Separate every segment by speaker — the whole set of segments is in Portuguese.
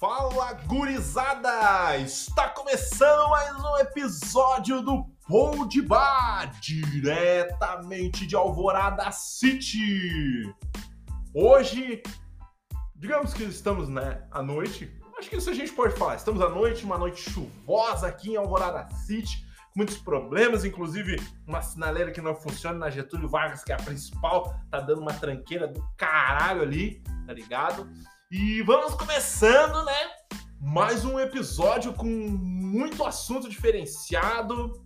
Speaker 1: Fala gurizada! Está começando mais um episódio do Pão de Bar, diretamente de Alvorada City. Hoje, digamos que estamos né, à noite, acho que isso a gente pode falar. Estamos à noite, uma noite chuvosa aqui em Alvorada City, com muitos problemas, inclusive uma sinaleira que não funciona na Getúlio Vargas, que é a principal, tá dando uma tranqueira do caralho ali, tá ligado? E vamos começando, né? Mais um episódio com muito assunto diferenciado,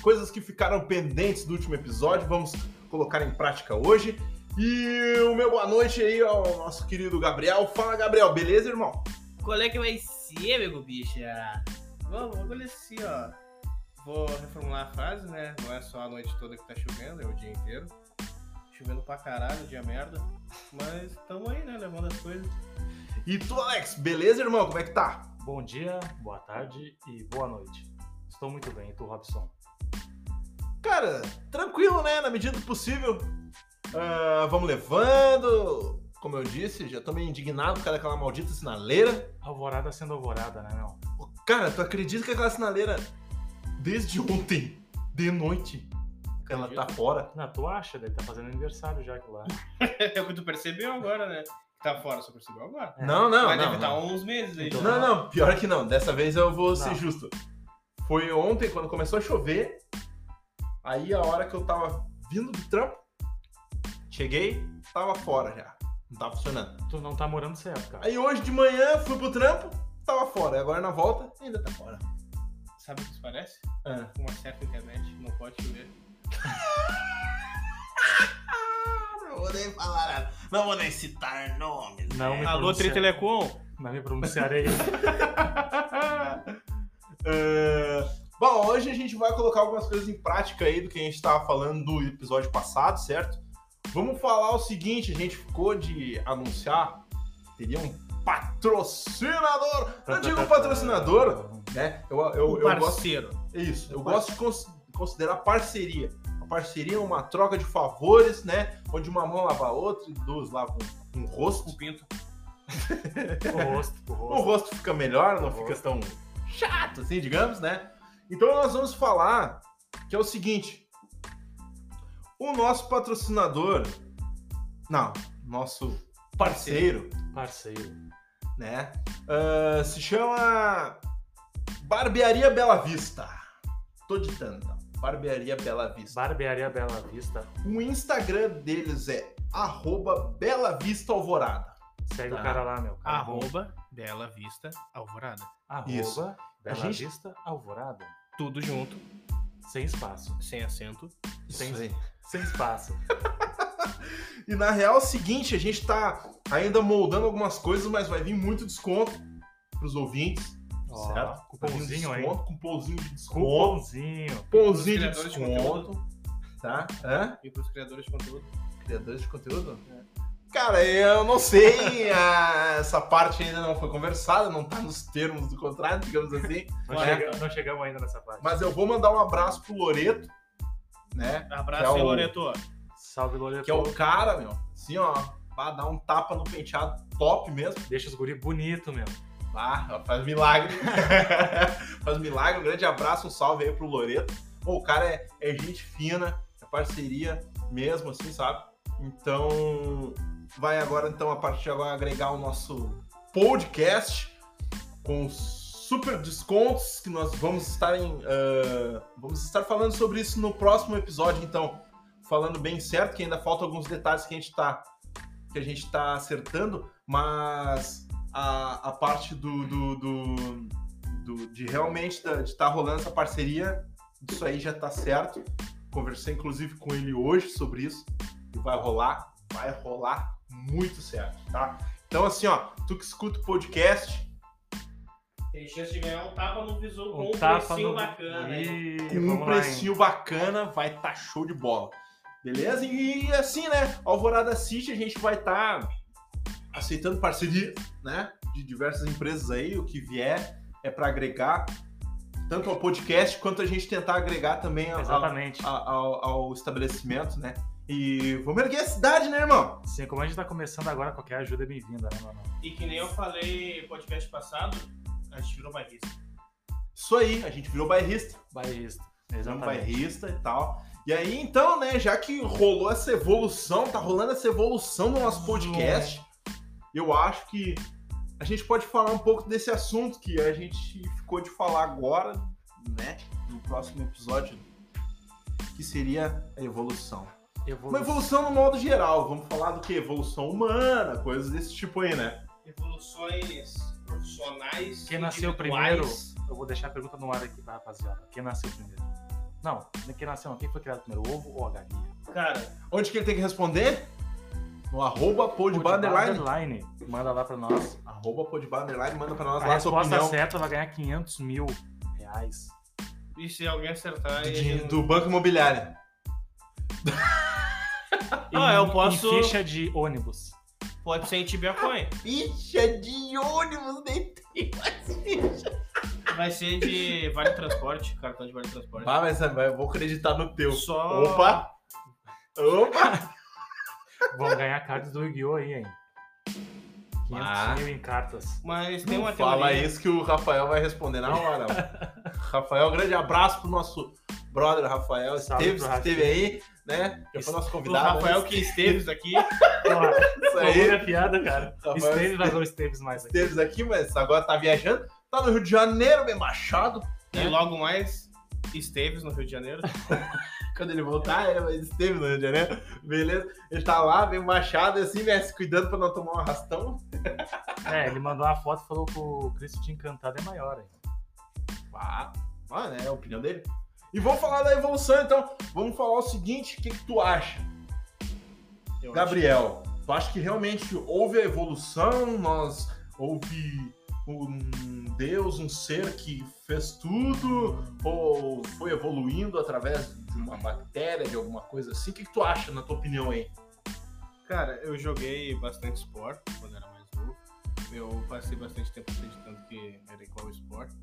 Speaker 1: coisas que ficaram pendentes do último episódio, vamos colocar em prática hoje. E o meu boa noite aí ao nosso querido Gabriel. Fala, Gabriel, beleza, irmão?
Speaker 2: Qual é que vai ser, meu bicha? Vamos, vamos olhar assim, ó. Vou reformular a frase, né? Não é só a noite toda que tá chovendo, é o dia inteiro. Chovendo pra caralho, dia merda. Mas tamo aí, né? Levando as coisas.
Speaker 1: E tu, Alex, beleza, irmão? Como é que tá?
Speaker 3: Bom dia, boa tarde e boa noite. Estou muito bem, e tu, Robson?
Speaker 1: Cara, tranquilo, né? Na medida do possível. Ah, vamos levando. Como eu disse, já tô meio indignado por causa daquela maldita sinaleira.
Speaker 3: Alvorada sendo alvorada, né, meu?
Speaker 1: Ô, Cara, tu acredita que aquela sinaleira, desde ontem, de noite, ela tá fora?
Speaker 3: Na tu acha? Deve tá fazendo aniversário já que lá.
Speaker 2: É o que tu percebeu agora, né? Que tá fora, só percebeu agora.
Speaker 3: É.
Speaker 1: Não, não,
Speaker 2: Vai
Speaker 1: não.
Speaker 2: deve estar
Speaker 1: não.
Speaker 2: uns meses aí. né?
Speaker 3: Então,
Speaker 2: já.
Speaker 1: Não, não, pior que não. Dessa vez eu vou ser
Speaker 3: Não.
Speaker 1: justo. Foi ontem, quando começou a chover. Aí a hora que eu tava vindo do trampo, cheguei, tava fora já. Não tava funcionando.
Speaker 3: Tu não tá morando certo, cara.
Speaker 1: Aí hoje de manhã fui pro trampo, tava fora. E agora na volta, ainda tá fora.
Speaker 2: Sabe o que isso parece?
Speaker 3: É.
Speaker 1: Ah.
Speaker 2: Uma certa internet, não pode chover.
Speaker 1: Ah, Não vou nem falar nada. Não vou nem citar nomes.
Speaker 3: Não me
Speaker 2: Alô,
Speaker 3: pronunciar-
Speaker 2: Tritelecom!
Speaker 3: Não me pronunciarei.
Speaker 1: É, Bom, hoje a gente vai colocar algumas coisas em prática aí do que a gente estava falando do episódio passado, certo? Vamos falar o seguinte, a gente ficou de anunciar que teria um patrocinador. Não digo patrocinador, né? Eu, eu, eu gosto
Speaker 2: Um
Speaker 1: é
Speaker 2: parceiro.
Speaker 1: isso, eu
Speaker 2: Um
Speaker 1: gosto de cons- considerar parceria. A parceria é uma troca de favores, né? Onde uma mão lava a outra e duas lavam um rosto.
Speaker 2: O Pinto.
Speaker 3: O rosto, o
Speaker 1: O
Speaker 3: rosto.
Speaker 1: rosto fica melhor, não
Speaker 3: O
Speaker 1: fica
Speaker 3: rosto.
Speaker 1: tão chato assim, digamos, né? Então nós vamos falar que é o seguinte. O nosso patrocinador, não, nosso parceiro,
Speaker 3: Parceiro.
Speaker 1: né? ah, se chama Barbearia Bela Vista. Tô ditando, tá? Barbearia Bela Vista.
Speaker 3: Barbearia Bela Vista.
Speaker 1: O Instagram deles é arroba Bela Vista Alvorada.
Speaker 3: Segue
Speaker 1: Tá.
Speaker 3: o cara lá, meu. Cara
Speaker 2: Arroba Bela Vista Alvorada.
Speaker 3: Arroba
Speaker 1: Isso.
Speaker 3: Bela
Speaker 1: A gente-
Speaker 3: Vista Alvorada.
Speaker 2: Tudo junto,
Speaker 3: Sem espaço.
Speaker 2: sem acento.
Speaker 3: Isso
Speaker 1: Isso aí.
Speaker 3: Sem espaço.
Speaker 1: E na real é o seguinte, a gente tá ainda moldando algumas coisas, mas vai vir muito desconto pros ouvintes,
Speaker 3: Ó,
Speaker 1: certo? Vai vir um
Speaker 3: Cupomzinho, hein?
Speaker 1: desconto, Cupomzinho de desconto.
Speaker 3: Cupomzinho.
Speaker 1: Cupomzinho de
Speaker 2: Criadores de
Speaker 1: desconto. Tá? Hã?
Speaker 2: E pros criadores de conteúdo.
Speaker 1: Criadores de conteúdo? Cara, eu não sei, a- essa parte ainda não foi conversada, não tá nos termos do contrato, digamos assim.
Speaker 3: Não,
Speaker 2: Olha.
Speaker 3: chega- não chegamos ainda nessa parte.
Speaker 1: Mas eu vou mandar um abraço pro Loreto, né?
Speaker 2: Abraço,
Speaker 1: Que é o-
Speaker 2: hein, Loreto.
Speaker 3: Salve, Loreto.
Speaker 1: Que é o cara, meu, assim, ó, vai dar um tapa no penteado top mesmo.
Speaker 3: Deixa os guri bonito, meu.
Speaker 1: Ah, faz milagre. faz milagre. Um grande abraço, um salve aí pro Loreto. Pô, o cara é, é gente fina, é parceria mesmo, assim, sabe? Então, vai agora, então, a partir de agora, agregar o nosso podcast com super descontos que nós vamos estar em. ah, vamos estar falando sobre isso no próximo episódio, então. Falando bem certo, que ainda falta alguns detalhes que a gente tá, que a gente tá acertando, mas a, a parte do, do, do- do- de realmente da- de estar rolando essa parceria, isso aí já tá certo. Conversei inclusive com ele hoje sobre isso e vai rolar, vai rolar muito certo, tá? Então assim, ó, tu que escuta o podcast
Speaker 2: Tem chance de ganhar um tapa no visor com um,
Speaker 3: Um tapa
Speaker 2: precinho
Speaker 3: no...
Speaker 2: bacana, né? hein?
Speaker 3: Ih,
Speaker 1: com
Speaker 3: vamos
Speaker 1: um
Speaker 3: lá, hein?
Speaker 1: precinho bacana, vai tá show de bola. Beleza? E assim, né? Alvorada City, a gente vai estar aceitando parceria, né? De diversas empresas aí, o que vier é para agregar tanto ao podcast quanto a gente tentar agregar também a- a-
Speaker 3: Exatamente.
Speaker 1: a- ao, ao estabelecimento, né? E vamos erguer a cidade, né, irmão?
Speaker 3: Sim, como a gente tá começando agora, qualquer ajuda é bem-vinda, né, mano?
Speaker 2: E que nem eu falei no podcast passado, a gente virou bairrista.
Speaker 1: Isso aí, a gente virou bairrista.
Speaker 3: Bairrista.
Speaker 1: um
Speaker 3: Exatamente.
Speaker 1: bairrista e tal. E aí, então, né, já que rolou essa evolução, tá rolando essa evolução no nosso podcast, eu acho que a gente pode falar um pouco desse assunto que a gente ficou de falar agora, né, no próximo episódio, que seria a evolução. Uma
Speaker 3: Evolu...
Speaker 1: evolução no modo geral, vamos falar do que? Evolução humana, coisas desse tipo aí, né?
Speaker 2: Evoluções profissionais.
Speaker 3: Quem nasceu primeiro?
Speaker 2: individuais.
Speaker 3: Eu vou deixar a pergunta no ar aqui pra rapaziada. Quem nasceu primeiro? Não, nem quem nasceu não. Quem foi criado primeiro, o ovo ou a galinha?
Speaker 2: Cara,
Speaker 1: Onde que ele tem que responder? No arroba pod
Speaker 3: Pô, de
Speaker 1: underline.
Speaker 3: Underline. Manda lá pra nós.
Speaker 1: Arroba pod underline, manda pra nós
Speaker 3: A
Speaker 1: lá a sua
Speaker 3: resposta
Speaker 1: opinião.
Speaker 3: certa vai ganhar 500 mil reais.
Speaker 2: e se alguém acertar.
Speaker 1: De-
Speaker 2: ele-
Speaker 1: do Banco Imobiliário.
Speaker 2: Ah,
Speaker 3: Em-
Speaker 2: eu posso-
Speaker 3: Em ficha de ônibus.
Speaker 2: Pode ser em Tibiacoin.
Speaker 1: Ficha é de ônibus, né? nem tem mais ficha.
Speaker 2: Vai ser de Vale Transporte, cartão de Vale Transporte.
Speaker 1: Ah, mas ah, mas eu vou acreditar no teu.
Speaker 2: Só.
Speaker 1: Opa! Opa!
Speaker 3: Vão ganhar cartas do Yu-Gi-Oh! aí, hein? 500
Speaker 1: Ah.
Speaker 3: mil em cartas.
Speaker 2: Mas tem
Speaker 1: Não
Speaker 2: uma
Speaker 1: fala
Speaker 2: teoria.
Speaker 1: isso que o Rafael vai responder na hora. mano. Rafael, grande abraço pro nosso brother Rafael
Speaker 3: Salve
Speaker 1: Esteves,
Speaker 3: pro
Speaker 1: que esteve aí, né? Já foi nosso
Speaker 2: O
Speaker 1: convidado.
Speaker 2: Rafael
Speaker 1: né?
Speaker 2: que esteve aqui.
Speaker 3: Ó,
Speaker 1: Isso aí.
Speaker 3: Segura a piada, cara.
Speaker 2: Tá
Speaker 1: Rafael
Speaker 3: Esteves, nós não Esteves mais aqui.
Speaker 1: Esteves aqui, mas agora tá viajando. Tá no Rio de Janeiro, bem machado.
Speaker 2: E logo mais, Esteves, no Rio de Janeiro.
Speaker 1: Quando ele voltar, é, mas esteve no Rio de Janeiro. Beleza? Ele tá lá, bem machado, assim, né? Se cuidando pra não tomar um arrastão.
Speaker 3: É, ele mandou uma foto e falou que o Cristo de Encantado é maior, hein?
Speaker 1: Ah, ah, né? É a opinião dele. E vamos falar da evolução, então. Vamos falar o seguinte: o que, que tu acha,
Speaker 2: Eu
Speaker 1: Gabriel? Tu acha que realmente houve a evolução? Nós houve um Deus, um ser que fez tudo? Ou foi evoluindo através de uma bactéria, de alguma coisa assim? O que, que tu acha, na tua opinião aí?
Speaker 2: acho- Cara, eu joguei bastante esporte quando era mais novo. Eu passei bastante tempo acreditando que era igual esporte.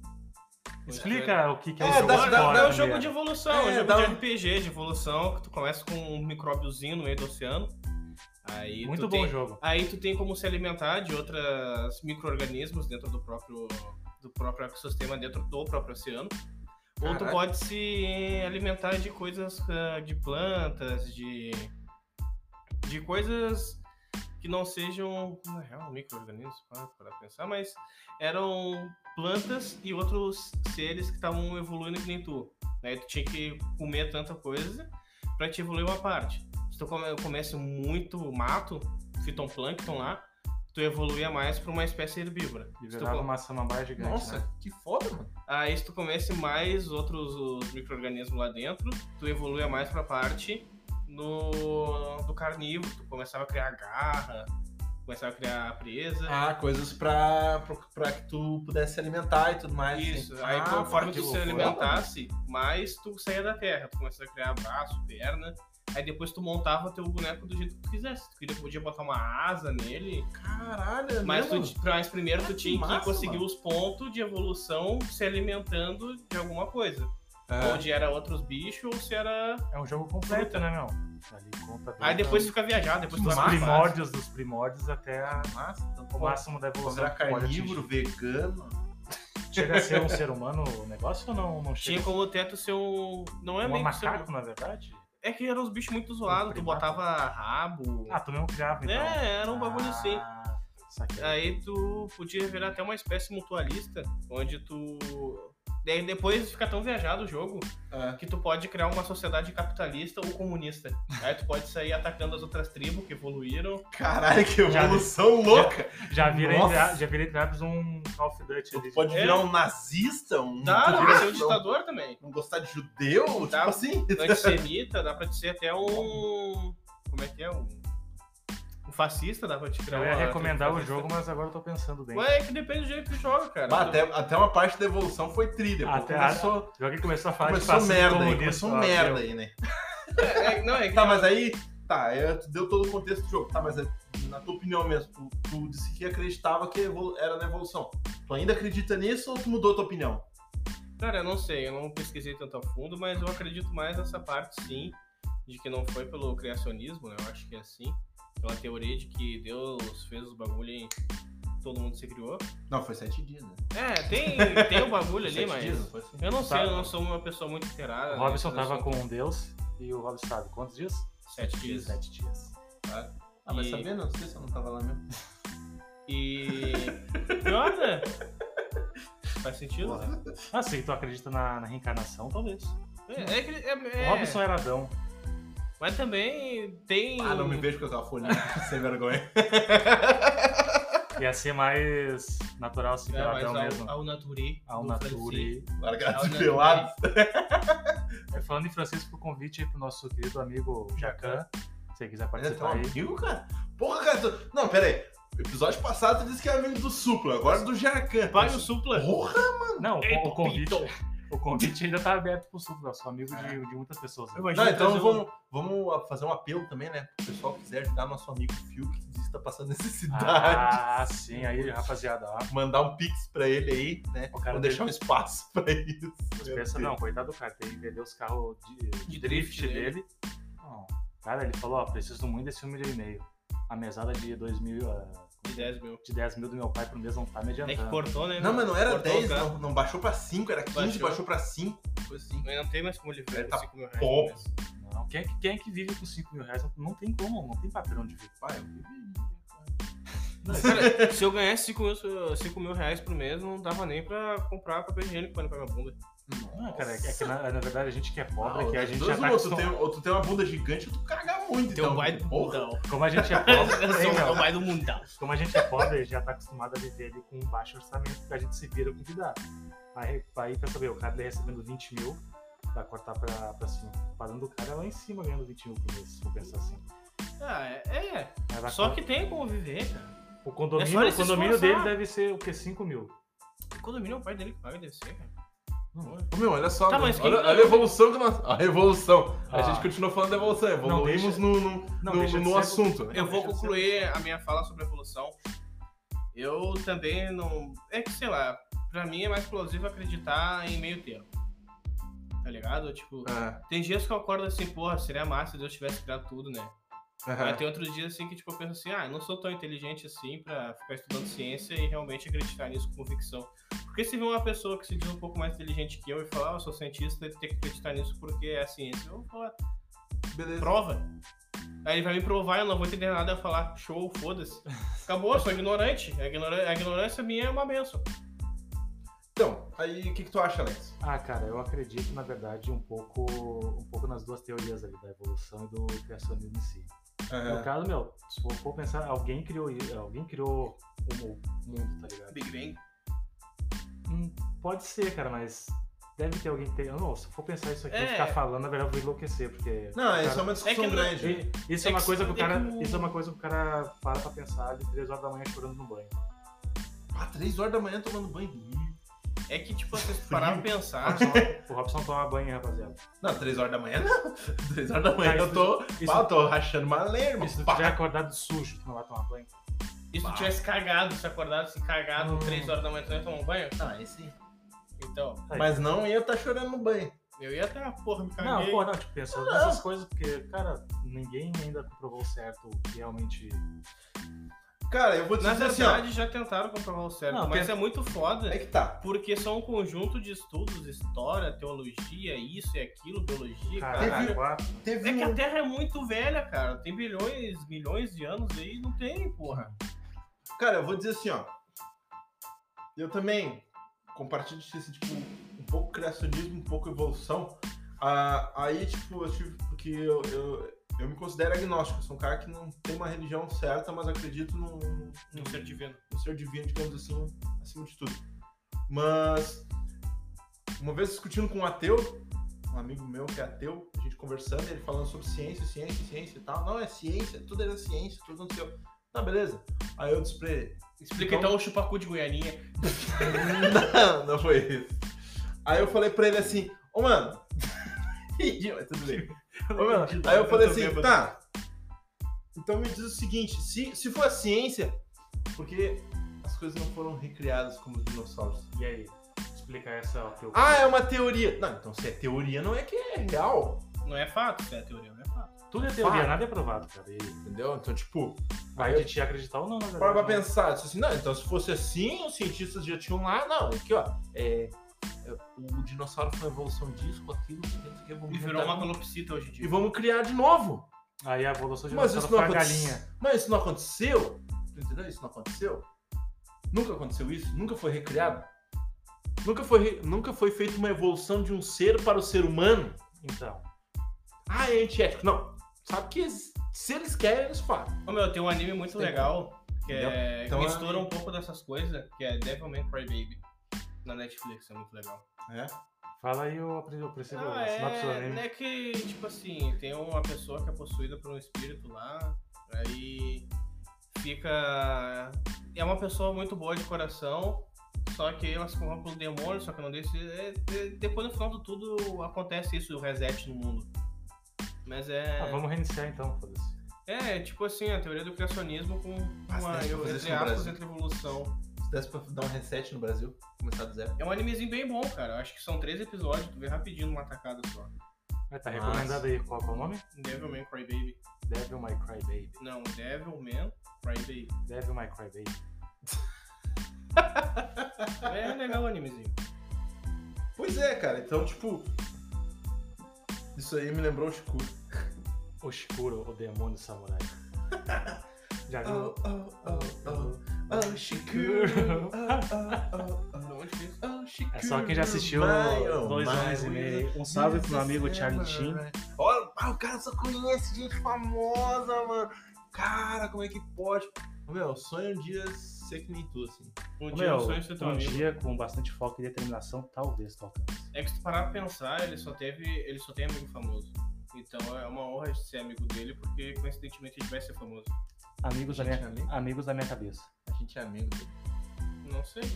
Speaker 3: Explica o que, que é,
Speaker 1: É,
Speaker 3: o jogo
Speaker 1: dá-
Speaker 3: de
Speaker 1: dá-
Speaker 2: Dá,
Speaker 3: fora,
Speaker 2: um jogo
Speaker 3: André.
Speaker 2: de evolução,
Speaker 1: É,
Speaker 2: um jogo
Speaker 1: dá
Speaker 2: de
Speaker 1: um-
Speaker 2: RPG de evolução, que tu começa com um micróbiozinho no meio do oceano. Aí
Speaker 3: Muito
Speaker 2: tu
Speaker 3: bom
Speaker 2: tem,
Speaker 3: jogo.
Speaker 2: Aí tu tem como se alimentar de outros micro-organismos dentro do próprio, do próprio ecossistema, dentro do próprio oceano. Ou tu
Speaker 1: Caralho.
Speaker 2: pode se alimentar de coisas, ah, de plantas, de, de coisas que não sejam, na real, micro-organismos, para para pensar, mas eram plantas e outros seres que estavam evoluindo que nem tu. Né? Tu tinha que comer tanta coisa pra te evoluir uma parte. Se tu come- comesse muito mato, fitoplâncton lá, tu evoluía mais pra uma espécie herbívora.
Speaker 3: E
Speaker 2: Se tu
Speaker 3: virava
Speaker 2: co-
Speaker 3: uma samambaia gigante. né?
Speaker 1: Nossa, que foda, mano.
Speaker 2: Aí se Ah, tu comesse mais outros os micro-organismos lá dentro, tu evoluía mais pra parte no, do carnívoro. Tu começava a criar garra, começava a criar presa.
Speaker 1: Ah, coisas pra, pra, pra que tu pudesse se alimentar e tudo mais.
Speaker 2: Isso,
Speaker 1: assim.
Speaker 2: aí
Speaker 1: Ah,
Speaker 2: conforme
Speaker 1: que
Speaker 2: tu se
Speaker 1: loucura.
Speaker 2: alimentasse, mais tu saía da terra, tu começava a criar braço, perna, aí depois tu montava teu boneco do jeito que tu quisesse. Tu queria- podia botar uma asa nele,
Speaker 1: Caralho, é
Speaker 2: mas, tu,
Speaker 1: mesmo?
Speaker 2: ti- mas primeiro
Speaker 1: Ah,
Speaker 2: tu
Speaker 1: que
Speaker 2: tinha
Speaker 1: massa,
Speaker 2: que conseguir
Speaker 1: mano.
Speaker 2: os pontos de evolução se alimentando de alguma coisa.
Speaker 1: É.
Speaker 2: Ou de era outros bichos, ou se era.
Speaker 3: É um jogo completo, né, meu? Ali conta bem então,
Speaker 2: Aí depois tu fica viajado, depois tu né?
Speaker 3: dos
Speaker 2: vai pra fase.
Speaker 3: primórdios, dos primórdios até a-
Speaker 1: Massa, então
Speaker 3: o
Speaker 1: pode
Speaker 3: máximo da evolução.
Speaker 1: considerar
Speaker 3: que pode atingir.
Speaker 1: carnívoro, vegano.
Speaker 3: Chega a ser um ser humano o negócio ou não, não
Speaker 2: Tinha
Speaker 3: chega?
Speaker 2: como teto ser um. Não é
Speaker 3: um
Speaker 2: meio que ser um-
Speaker 3: macaco, na verdade?
Speaker 2: É que eram uns bichos muito zoados, tu
Speaker 3: primata.
Speaker 2: botava rabo.
Speaker 3: Ah, tu mesmo criava, então.
Speaker 2: É, era um bagulho assim.
Speaker 3: Ah, saquei.
Speaker 2: Aí tu podia virar até uma espécie mutualista, onde tu. Daí depois fica tão viajado o jogo que tu pode criar uma sociedade capitalista ou comunista. Aí tu pode sair atacando as outras tribos que evoluíram.
Speaker 1: Caralho, que
Speaker 3: Já-
Speaker 1: evolução louca!
Speaker 3: Já virei,
Speaker 1: Nossa.
Speaker 3: entre- já virei entre aspas, um Call of Duty ali.
Speaker 1: Tu pode
Speaker 2: É.
Speaker 1: virar um nazista, um.
Speaker 2: Dá, dá pra ser um
Speaker 1: não,
Speaker 2: ditador também.
Speaker 1: não gostar de judeu?
Speaker 2: Dá.
Speaker 1: Tipo assim?
Speaker 2: Antissemita, dá pra te ser até um. Como é que é? Um, um fascista, dá pra te criar
Speaker 3: Eu ia
Speaker 2: uma-
Speaker 3: recomendar o
Speaker 2: fascista.
Speaker 3: jogo, mas agora eu tô pensando bem.
Speaker 2: um Ué, é que depende do jeito que tu joga, cara. né?
Speaker 1: Bah, até, até uma parte da evolução foi trilha. pô.
Speaker 3: Até
Speaker 1: começou,
Speaker 3: Já que começou a falar de
Speaker 1: começou
Speaker 3: fascismo
Speaker 1: merda aí.
Speaker 3: comunista,
Speaker 1: Começou
Speaker 3: ó,
Speaker 1: merda
Speaker 3: meu.
Speaker 1: aí, né?
Speaker 2: É, não, é que
Speaker 1: Tá, mas aí. Tá, é, tu deu todo o contexto do jogo. Tá, mas é, na tua opinião mesmo, tu, tu disse que acreditava que evolu- era na evolução. Tu ainda acredita nisso ou tu mudou a tua opinião?
Speaker 2: Cara, eu não sei, eu não pesquisei tanto a fundo, mas eu acredito mais nessa parte, sim, de que não foi pelo criacionismo, né? Eu acho que é assim. Pela teoria de que Deus fez os bagulho e todo mundo se criou.
Speaker 1: Não, foi sete dias, né?
Speaker 2: É, tem, tem um bagulho ali,
Speaker 1: sete
Speaker 2: mas.
Speaker 1: dias, não foi assim?
Speaker 2: Eu não sei,
Speaker 3: Tá.
Speaker 2: eu não sou uma pessoa muito inteirada.
Speaker 3: O
Speaker 2: né?
Speaker 3: Robson
Speaker 2: Eu
Speaker 3: tava
Speaker 2: sou-
Speaker 3: com um Deus e o Robson sabe quantos dias?
Speaker 2: Sete dias.
Speaker 3: Sete dias.
Speaker 1: Ah, vai
Speaker 2: E-
Speaker 1: saber? Não sei se eu não tava lá mesmo.
Speaker 2: E. Nada! Faz sentido?
Speaker 3: Porra. Ah, se tu acredita na, na reencarnação, talvez.
Speaker 2: É, é que. É,
Speaker 3: O
Speaker 2: é...
Speaker 3: Robson era Adão.
Speaker 2: Mas também tem. É,
Speaker 1: Ah, não me vejo com aquela folhinha sem vergonha.
Speaker 3: Ia ser mais natural se
Speaker 2: É,
Speaker 3: virar
Speaker 2: mas
Speaker 3: Adão
Speaker 2: ao,
Speaker 3: mesmo.
Speaker 2: ao nature.
Speaker 3: Ao
Speaker 2: do francês.
Speaker 3: nature.
Speaker 2: Ao
Speaker 1: Largados e
Speaker 2: nature.
Speaker 1: pelados.
Speaker 3: É, Falando em Francisco, o convite aí pro nosso querido amigo Jacan. Se ele quiser
Speaker 1: Mas é teu
Speaker 3: participar aí.
Speaker 1: amigo, cara? Porra, cara. tu- Não, pera aí. Episódio passado tu disse que é amigo do Supla, agora do Jacan.
Speaker 2: Vai o supla.
Speaker 1: Porra!
Speaker 3: Não, o-
Speaker 2: Ei,
Speaker 3: o convite,
Speaker 2: Pito.
Speaker 3: o convite ainda tá aberto pro sul, sou amigo de, de muitas pessoas. né?
Speaker 1: Não, então
Speaker 2: trazer um-
Speaker 1: vamos, vamos fazer um apelo também, né? Se o pessoal quiser ajudar nosso amigo Phil, que diz que tá passando necessidade.
Speaker 3: Ah, sim, aí, rapaziada, ó.
Speaker 1: Mandar um pix pra ele aí, né?
Speaker 3: O cara
Speaker 1: Vou
Speaker 3: dele-
Speaker 1: deixar um espaço pra isso.
Speaker 3: Você pensa, não, coitado do cara, tem que vender os carros de, de
Speaker 2: De
Speaker 3: drift
Speaker 2: drift
Speaker 3: dele. Não. Cara, ele falou, ó, preciso muito desse um milhão e meio. A mesada de dois mil, ah,
Speaker 2: De 10 mil.
Speaker 3: de 10 mil do meu pai pro mês não tá me
Speaker 2: É
Speaker 3: adiantando.
Speaker 2: que cortou, né?
Speaker 1: Não, mas não era
Speaker 2: cortou
Speaker 1: 10,
Speaker 2: o carro.
Speaker 1: não, não baixou pra 5, era 15, baixou,
Speaker 2: Baixou.
Speaker 1: pra 5. Foi assim.
Speaker 2: Mas não tem mais como ele ver.
Speaker 1: Ele tá
Speaker 2: cinco mil reais
Speaker 1: bom.
Speaker 2: por mês.
Speaker 3: Não, quem, é que- quem é que vive com 5 mil reais? Não tem como, não tem papel onde vive.
Speaker 1: Pai, eu vivi.
Speaker 2: Cara, se eu ganhasse 5 mil, 5 mil reais por mês, não dava nem pra comprar papel higiênico pra limpar minha bunda.
Speaker 3: Não, cara, é que é que na, na verdade a gente que é pobre,
Speaker 1: Não,
Speaker 3: que a
Speaker 1: dos
Speaker 3: gente já
Speaker 1: Ah, dois,
Speaker 3: tá
Speaker 1: ou tu,
Speaker 3: acostumado.
Speaker 1: tem, ou tu tem uma bunda gigante ou tu caga muito.
Speaker 2: Teu
Speaker 1: então.
Speaker 2: pai do
Speaker 1: Porra.
Speaker 2: mundão.
Speaker 3: Como a gente é pobre,
Speaker 2: Eu
Speaker 3: hein,
Speaker 2: sou
Speaker 3: meu?
Speaker 2: o pai do mundão.
Speaker 3: Como a gente é pobre, já tá acostumado a viver ali com um baixo orçamento, porque a gente se vira com o que dá. Aí, aí pensa bem, o cara tá recebendo 20 mil, vai cortar pra, pra 5. O padrão do cara é lá em cima ganhando 20 mil por mês, se for pensar assim.
Speaker 2: Ah, é. é.
Speaker 3: Aí vai
Speaker 2: Só
Speaker 3: cor-
Speaker 2: que tem como viver, cara.
Speaker 3: O
Speaker 2: é
Speaker 3: condomínio,
Speaker 2: só ele
Speaker 3: o
Speaker 2: se
Speaker 3: condomínio
Speaker 2: esforçar.
Speaker 3: dele deve ser o quê? 5 mil.
Speaker 2: O condomínio é o pai dele que paga, deve ser, cara.
Speaker 1: Ô, meu, olha só.
Speaker 2: Tá,
Speaker 1: mano.
Speaker 2: mas quem-
Speaker 1: olha, olha a evolução que nós. A revolução. A
Speaker 3: Ah.
Speaker 1: gente continua falando da evolução. Evoluímos
Speaker 3: deixa-
Speaker 1: no, no,
Speaker 3: não,
Speaker 1: no,
Speaker 3: deixa de
Speaker 1: no
Speaker 3: ser-
Speaker 1: assunto. né?
Speaker 2: Eu vou
Speaker 3: Deixa eu
Speaker 2: concluir a minha fala sobre a evolução. Eu também não. É que sei lá, pra mim é mais plausível acreditar em meio termo. Tá ligado? Tipo,
Speaker 1: Ah,
Speaker 2: tem dias que eu acordo assim, porra, seria massa se Deus tivesse criado tudo, né?
Speaker 1: aham.
Speaker 2: Mas tem outros dias assim que tipo, eu penso assim, ah, eu não sou tão inteligente assim pra ficar estudando ciência e realmente acreditar nisso com convicção. Porque se vê uma pessoa que se diz um pouco mais inteligente que eu e falar, ah, eu sou cientista e tem que acreditar nisso porque é a ciência, eu vou falar, um
Speaker 1: Beleza.
Speaker 2: prova. Aí ele vai me provar, eu não vou entender nada, eu vou falar, show, foda-se. Acabou, eu sou ignorante. A, ignora- a ignorância minha é uma benção.
Speaker 1: Então, aí o que, que tu acha, Alex?
Speaker 3: Ah, cara, eu acredito, na verdade, um pouco, um pouco nas duas teorias ali, da evolução e do criacionismo em si.
Speaker 1: É.
Speaker 3: No caso, meu, se for, for pensar, alguém criou, i- alguém criou o mu- mundo, tá ligado?
Speaker 2: Big Bang.
Speaker 3: Hum, pode ser, cara, mas deve ter alguém que tem. Não, se eu for pensar isso aqui,
Speaker 2: É.
Speaker 3: ficar falando, na verdade, eu vou enlouquecer, porque.
Speaker 1: Não, isso é
Speaker 3: cara,
Speaker 1: uma discussão
Speaker 2: é que não-
Speaker 1: grande.
Speaker 3: e- Isso é,
Speaker 2: É
Speaker 3: uma
Speaker 2: que-
Speaker 3: coisa que o
Speaker 2: é
Speaker 3: cara.
Speaker 2: que o-
Speaker 3: Isso é uma coisa que o cara para pra pensar de 3 horas da manhã chorando no banho.
Speaker 1: Ah, 3 horas da manhã tomando banho.
Speaker 2: É que, tipo, vocês pararam pra pensar.
Speaker 3: O Robson toma banho, rapaziada.
Speaker 1: Não, 3 horas da manhã não. 3 horas da manhã
Speaker 3: Ah, isso-
Speaker 1: eu tô.
Speaker 3: isso-
Speaker 1: Pá, eu tô rachando uma lenha, irmão.
Speaker 3: E se tu
Speaker 1: Pá.
Speaker 3: tiver acordado sujo, tu não vai tomar banho.
Speaker 2: E se tu tivesse cagado, se acordado, se cagado,
Speaker 3: Hum.
Speaker 2: três horas da manhã, tu não ia tomar um banho?
Speaker 1: Ah, esse-
Speaker 2: Então,
Speaker 1: Mas não ia estar chorando no banho.
Speaker 2: eu ia até, "Ah, porra, me caguei.
Speaker 3: Não, pô, não, tipo, pensando nessas coisas, porque, cara, ninguém ainda provou certo o que realmente.
Speaker 1: Cara, eu vou te
Speaker 2: Na
Speaker 1: dizer assim,
Speaker 2: verdade, já tentaram comprovar o certo,
Speaker 3: é Não,
Speaker 2: mas
Speaker 3: tenta-
Speaker 2: é muito
Speaker 1: ó.
Speaker 2: foda.
Speaker 1: É que tá.
Speaker 2: Porque são um conjunto de estudos, história, teologia, isso e aquilo, biologia,
Speaker 3: Caralho,
Speaker 2: caralho.
Speaker 3: tá quatro.
Speaker 1: Teve
Speaker 2: É que
Speaker 1: um...
Speaker 2: a Terra é muito velha, cara. Tem bilhões, milhões de anos aí, não tem, porra.
Speaker 1: Cara, eu vou dizer assim, ó. Eu também compartilho desse, tipo, um pouco criacionismo, um pouco evolução. Ah, aí, tipo, eu tive. Porque eu, eu, eu me considero agnóstico. Eu sou um cara que não tem uma religião certa, mas acredito num,
Speaker 2: Não ser divino.
Speaker 1: um ser divino, digamos assim, acima de tudo. Mas uma vez discutindo com um ateu, um amigo meu que é ateu, a gente conversando, ele falando sobre ciência, ciência, ciência e tal. Não, é ciência, tudo era ciência, tudo aconteceu. Tá, beleza. Aí eu disse pra ele,
Speaker 2: Explica então, o chupacu de Goianinha.
Speaker 1: não, não foi isso. Aí eu falei pra ele assim, ô mano. Entendi, mas tudo bem. Ô, mano, aí eu falei assim, tá. Então me diz o seguinte, se, se for a ciência, porque as coisas não foram recriadas como os dinossauros.
Speaker 3: E aí? Explica essa ó, teu.
Speaker 1: Ah, é uma teoria. Não, então se é teoria, não é que é real.
Speaker 2: Não é fato, isso é teoria, não é fato.
Speaker 3: Tudo é teoria,
Speaker 1: Fato.
Speaker 3: nada é provado, cara. E
Speaker 1: Entendeu? Então, tipo,
Speaker 3: vai
Speaker 1: eu-
Speaker 3: de te acreditar ou não,
Speaker 1: para
Speaker 3: na verdade.
Speaker 1: pra
Speaker 3: né?
Speaker 1: pensar, disse assim, não, então se fosse assim, os cientistas já tinham lá, não, aqui ó, é, é, o dinossauro foi uma evolução disso, com aquilo, não sei o que, não sei o que, vamos
Speaker 2: E virou
Speaker 1: inventar-
Speaker 2: uma calopsita hoje em dia.
Speaker 1: e vamos criar de novo.
Speaker 3: Aí a evolução de
Speaker 1: Mas isso não
Speaker 3: foi a
Speaker 1: aconteceu.
Speaker 3: galinha.
Speaker 1: Mas isso não aconteceu. Tu entendeu? Isso não aconteceu. Nunca aconteceu isso. Nunca foi recriado. Nunca foi, re- nunca foi feita uma evolução de um ser para o ser humano.
Speaker 3: Então,
Speaker 1: Ah, é antiético. Não. Sabe que eles- se eles querem, eles fazem.
Speaker 2: Ô, meu, tem um anime muito
Speaker 1: Tem-
Speaker 2: legal que, é,
Speaker 1: Então,
Speaker 2: que
Speaker 1: é-
Speaker 2: mistura um pouco dessas coisas, que é Devilman Crybaby. Na Netflix, é muito legal.
Speaker 1: É.
Speaker 3: fala aí, eu aprendi, eu preciso
Speaker 2: Não,
Speaker 3: sinopse do
Speaker 2: é,
Speaker 3: anime.
Speaker 2: não é que, tipo assim, tem uma pessoa que é possuída por um espírito lá, aí fica. É uma pessoa muito boa de coração, só que ela se corrompe pelo demônio, só que não deixa. é- é- depois no final de tudo acontece isso, o reset no mundo. Mas é.
Speaker 3: Ah, vamos reiniciar então, foda-se.
Speaker 2: É, tipo assim, a teoria do criacionismo com
Speaker 1: Ah,
Speaker 2: uma,
Speaker 1: você tem que fazer isso
Speaker 2: entre
Speaker 1: no
Speaker 2: aspas,
Speaker 1: Brasil.
Speaker 2: entre evolução.
Speaker 1: Se desse pra dar um reset no Brasil, começar do zero.
Speaker 2: É um animezinho bem bom, cara. Eu Acho que são três episódios, tu vê rapidinho numa tacada só.
Speaker 3: Ah, tá
Speaker 1: Nossa.
Speaker 3: recomendado aí, qual que é o nome?
Speaker 2: Devilman Crybaby.
Speaker 3: Devil My Cry Baby.
Speaker 2: Não, Devilman Crybaby.
Speaker 3: Devil My Cry Baby.
Speaker 2: É legal o animezinho.
Speaker 1: Pois é, cara. Então, tipo. Isso aí me lembrou o Chico.
Speaker 3: Oshikuro, o demônio samurai. Já viu?
Speaker 1: oh,
Speaker 3: Shikuro.
Speaker 1: oh,
Speaker 2: De onde que é isso?
Speaker 3: É só quem já assistiu dois anos e meio. Um salve pro meu amigo Charlie Chin.
Speaker 1: Olha, ah, o cara só conhece gente famosa, mano. Cara, como é que pode? Meu, sonho um dia ser que nem tu, assim.
Speaker 2: Um dia
Speaker 3: Meu,
Speaker 2: eu sonho de ser teu
Speaker 3: um
Speaker 2: amigo.
Speaker 3: dia com bastante foco e determinação, talvez tu alcance.
Speaker 2: É que se tu parar pra pensar, ele só teve. ele só tem amigo famoso. Então é uma honra ser amigo dele, porque coincidentemente ele vai ser famoso.
Speaker 3: Amigos da,
Speaker 1: Gente, é
Speaker 3: minha,
Speaker 1: amigo?
Speaker 3: amigos da minha cabeça.
Speaker 1: A gente é amigo. dele.
Speaker 2: Não sei.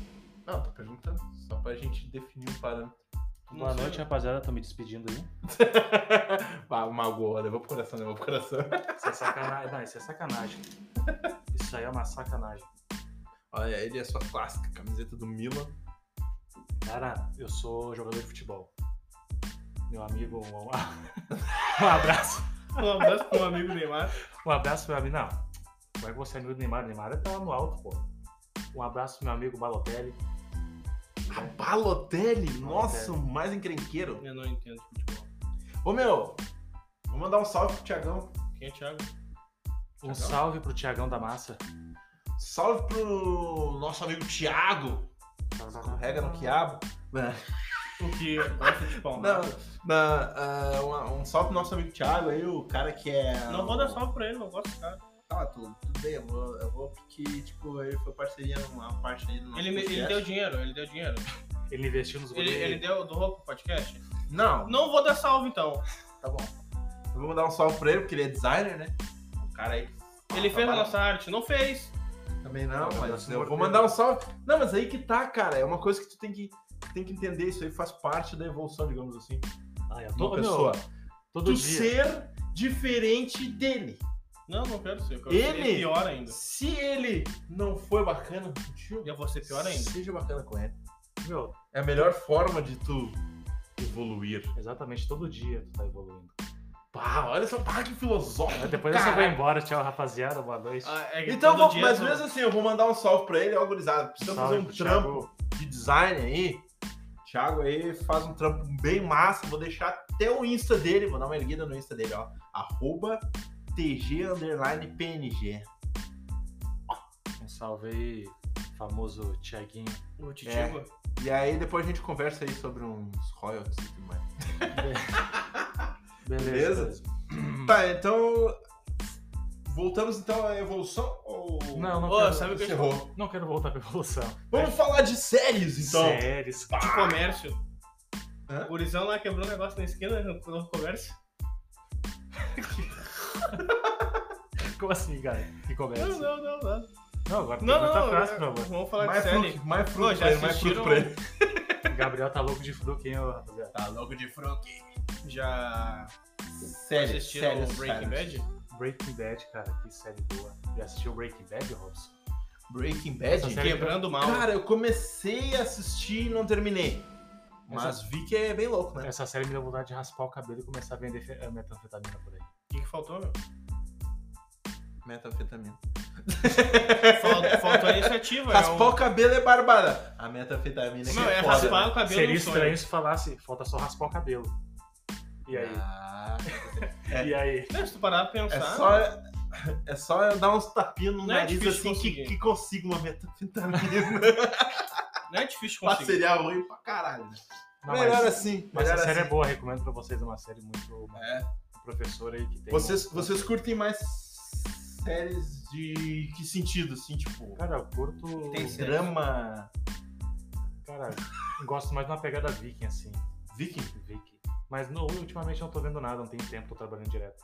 Speaker 1: Não, tô perguntando. Só pra gente definir o parâmetro.
Speaker 2: Não
Speaker 3: Boa
Speaker 2: sei.
Speaker 3: noite, rapaziada. Tô me despedindo aí.
Speaker 1: ah, magoa, levou pro coração, levou pro coração.
Speaker 3: Isso é sacanagem. Não, isso é sacanagem. Isso aí é uma sacanagem.
Speaker 1: Olha, ele é sua clássica, camiseta do Milan.
Speaker 3: Cara, eu sou jogador de futebol. Meu amigo, um, um abraço.
Speaker 2: Um abraço pro meu amigo Neymar.
Speaker 3: Um abraço, meu amigo. Não, como é que você é amigo do Neymar? O Neymar tá no alto, pô. Um abraço, meu amigo Balotelli.
Speaker 1: A Balotelli, É um nossa, o mais encrenqueiro.
Speaker 2: Eu não entendo de futebol.
Speaker 1: Ô meu, vou mandar um salve pro Tiagão.
Speaker 2: Quem é Thiago?
Speaker 3: Um
Speaker 1: Thiagão?
Speaker 3: salve pro Tiagão da Massa.
Speaker 1: Salve pro nosso amigo Thiago, escorrega no quiabo.
Speaker 2: O que gosta de né? pau.
Speaker 1: Não, na- ah, uma- um salve pro nosso amigo Thiago aí, o cara que é.
Speaker 2: Não vou dar salve pra ele, não gosto do cara.
Speaker 1: Ah, tudo, tudo bem, eu vou, eu vou porque, tipo, ele foi parceria numa parte aí do nosso
Speaker 2: Ele, me- ele
Speaker 1: podcast.
Speaker 2: deu dinheiro, ele deu dinheiro.
Speaker 3: Ele investiu nos
Speaker 2: Ele,
Speaker 3: goleiros.
Speaker 2: ele deu do roubo pro podcast?
Speaker 1: Não,
Speaker 2: Não vou dar salve então.
Speaker 1: tá bom. Eu vou mandar um salve pra ele, porque ele é designer, né? O cara aí.
Speaker 2: Ele fez a
Speaker 1: trabalha-
Speaker 2: nossa arte, não fez.
Speaker 1: Também não,
Speaker 3: Não,
Speaker 1: mas
Speaker 3: mas
Speaker 1: eu vou
Speaker 3: morder.
Speaker 1: mandar um salve. Não, mas aí que tá, cara. É uma coisa que tu tem que, tem que entender. Isso aí faz parte da evolução, digamos assim.
Speaker 3: Ai, eu
Speaker 1: Uma
Speaker 3: tô, meu,
Speaker 1: pessoa.
Speaker 3: todo
Speaker 1: tu
Speaker 3: dia.
Speaker 1: ser diferente dele.
Speaker 2: Não, não quero ser. Eu quero
Speaker 1: Ele?
Speaker 2: ser pior ainda.
Speaker 1: Se ele não foi bacana contigo,
Speaker 2: Eu vou ser pior ainda.
Speaker 1: seja bacana com ele.
Speaker 3: Meu,
Speaker 1: É a melhor forma de tu evoluir.
Speaker 3: exatamente, todo dia tu tá evoluindo.
Speaker 1: Pá, olha só, pá, que filosófico.
Speaker 3: É, Depois
Speaker 1: cara.
Speaker 3: eu só vou embora. Tchau, rapaziada. Boa noite.
Speaker 2: Ah, é que
Speaker 1: Então,
Speaker 2: todo
Speaker 1: vou,
Speaker 2: dia
Speaker 1: mas
Speaker 2: tu-
Speaker 1: mesmo assim, eu vou mandar um salve pra ele, ó, gurizada. Precisamos
Speaker 3: Salve
Speaker 1: fazer um
Speaker 3: pro
Speaker 1: trampo.
Speaker 3: Thiago.
Speaker 1: de design aí. Thiago aí faz um trampo bem massa. Vou deixar até o Insta dele, vou dar uma erguida no Insta dele, ó. Arroba TG underline PNG.
Speaker 3: Um salve aí, famoso Tiaguinho.
Speaker 2: Eu te
Speaker 1: É.
Speaker 2: digo.
Speaker 1: E aí depois a gente conversa aí sobre uns royalties e tudo mais. Beleza?
Speaker 3: Beleza? Hum.
Speaker 1: Tá, então. Voltamos então à evolução ou.
Speaker 3: Não, não
Speaker 2: Ô,
Speaker 3: quero-
Speaker 2: sabe o que eu
Speaker 1: Encerrou.
Speaker 3: Não quero voltar pra evolução. É
Speaker 1: Vamos falar de séries então.
Speaker 3: Séries.
Speaker 2: de comércio?
Speaker 1: Hã?
Speaker 2: O gurizão lá quebrou um negócio na esquina no no comércio.
Speaker 3: Como assim, cara? Que começa?
Speaker 2: Não, não, não, não.
Speaker 3: Não, agora tem
Speaker 2: Não,
Speaker 3: muita
Speaker 2: não,
Speaker 1: é.
Speaker 3: frase, meu
Speaker 2: não,
Speaker 3: amor.
Speaker 2: Vamos falar de
Speaker 1: mais
Speaker 2: série.
Speaker 1: fruto, mais
Speaker 2: Pô,
Speaker 1: fruto,
Speaker 2: já
Speaker 1: pra ele, mais fruto
Speaker 2: assistiram-
Speaker 1: pra ele.
Speaker 3: O Gabriel tá louco de fruto, hein, ô, rapaziada?
Speaker 1: Tá louco de fruto.
Speaker 2: Já
Speaker 1: Sério,
Speaker 2: assistiram
Speaker 1: sério,
Speaker 2: Breaking Bad?
Speaker 3: Breaking Bad, cara, que série boa. Já assistiu Breaking Bad, Robson?
Speaker 1: Breaking Bad?
Speaker 3: Essa série-
Speaker 2: Quebrando o é mal.
Speaker 1: Cara, eu comecei a assistir e não terminei. Mas vi que é bem louco, né?
Speaker 3: Essa série me deu vontade de raspar o cabelo e começar a vender fe- eh, metanfetamina por aí.
Speaker 2: O que, que faltou, meu?
Speaker 1: Metanfetamina.
Speaker 2: Faltou, faltou a iniciativa. é
Speaker 1: Raspar
Speaker 2: um-
Speaker 1: o cabelo é barbada. A metanfetamina é que
Speaker 2: Não, é
Speaker 1: é foda.
Speaker 2: raspar o cabelo
Speaker 3: Seria
Speaker 2: no sonho.
Speaker 1: né?
Speaker 3: estranho se falasse, falta só raspar o cabelo. E aí?
Speaker 1: Ah, é.
Speaker 3: E aí?
Speaker 2: Não, se tu parar pra
Speaker 1: é,
Speaker 2: pensar...
Speaker 1: só, é só eu dar uns tapinhos no
Speaker 2: tá. Não é
Speaker 1: nariz
Speaker 2: difícil
Speaker 1: assim que,
Speaker 2: conseguir.
Speaker 1: que consigo uma metanfetamina.
Speaker 2: Não é difícil
Speaker 1: Mas
Speaker 2: conseguir.
Speaker 1: seria ruim pra caralho. né?
Speaker 3: Não,
Speaker 1: melhor
Speaker 3: mas,
Speaker 1: assim.
Speaker 3: mas
Speaker 1: melhor
Speaker 3: a série
Speaker 1: assim.
Speaker 3: é boa, recomendo pra vocês. É uma série muito. Uma
Speaker 1: É.
Speaker 3: professora aí que tem.
Speaker 1: Vocês,
Speaker 3: um-
Speaker 1: vocês curtem mais séries de que sentido, assim, tipo,
Speaker 3: Cara, eu curto.
Speaker 2: Tem série.
Speaker 1: drama
Speaker 3: Cara, gosto mais de uma pegada viking, assim.
Speaker 1: viking?
Speaker 3: Viking. Mas não, ultimamente eu não tô vendo nada, não tenho tempo, tô trabalhando direto.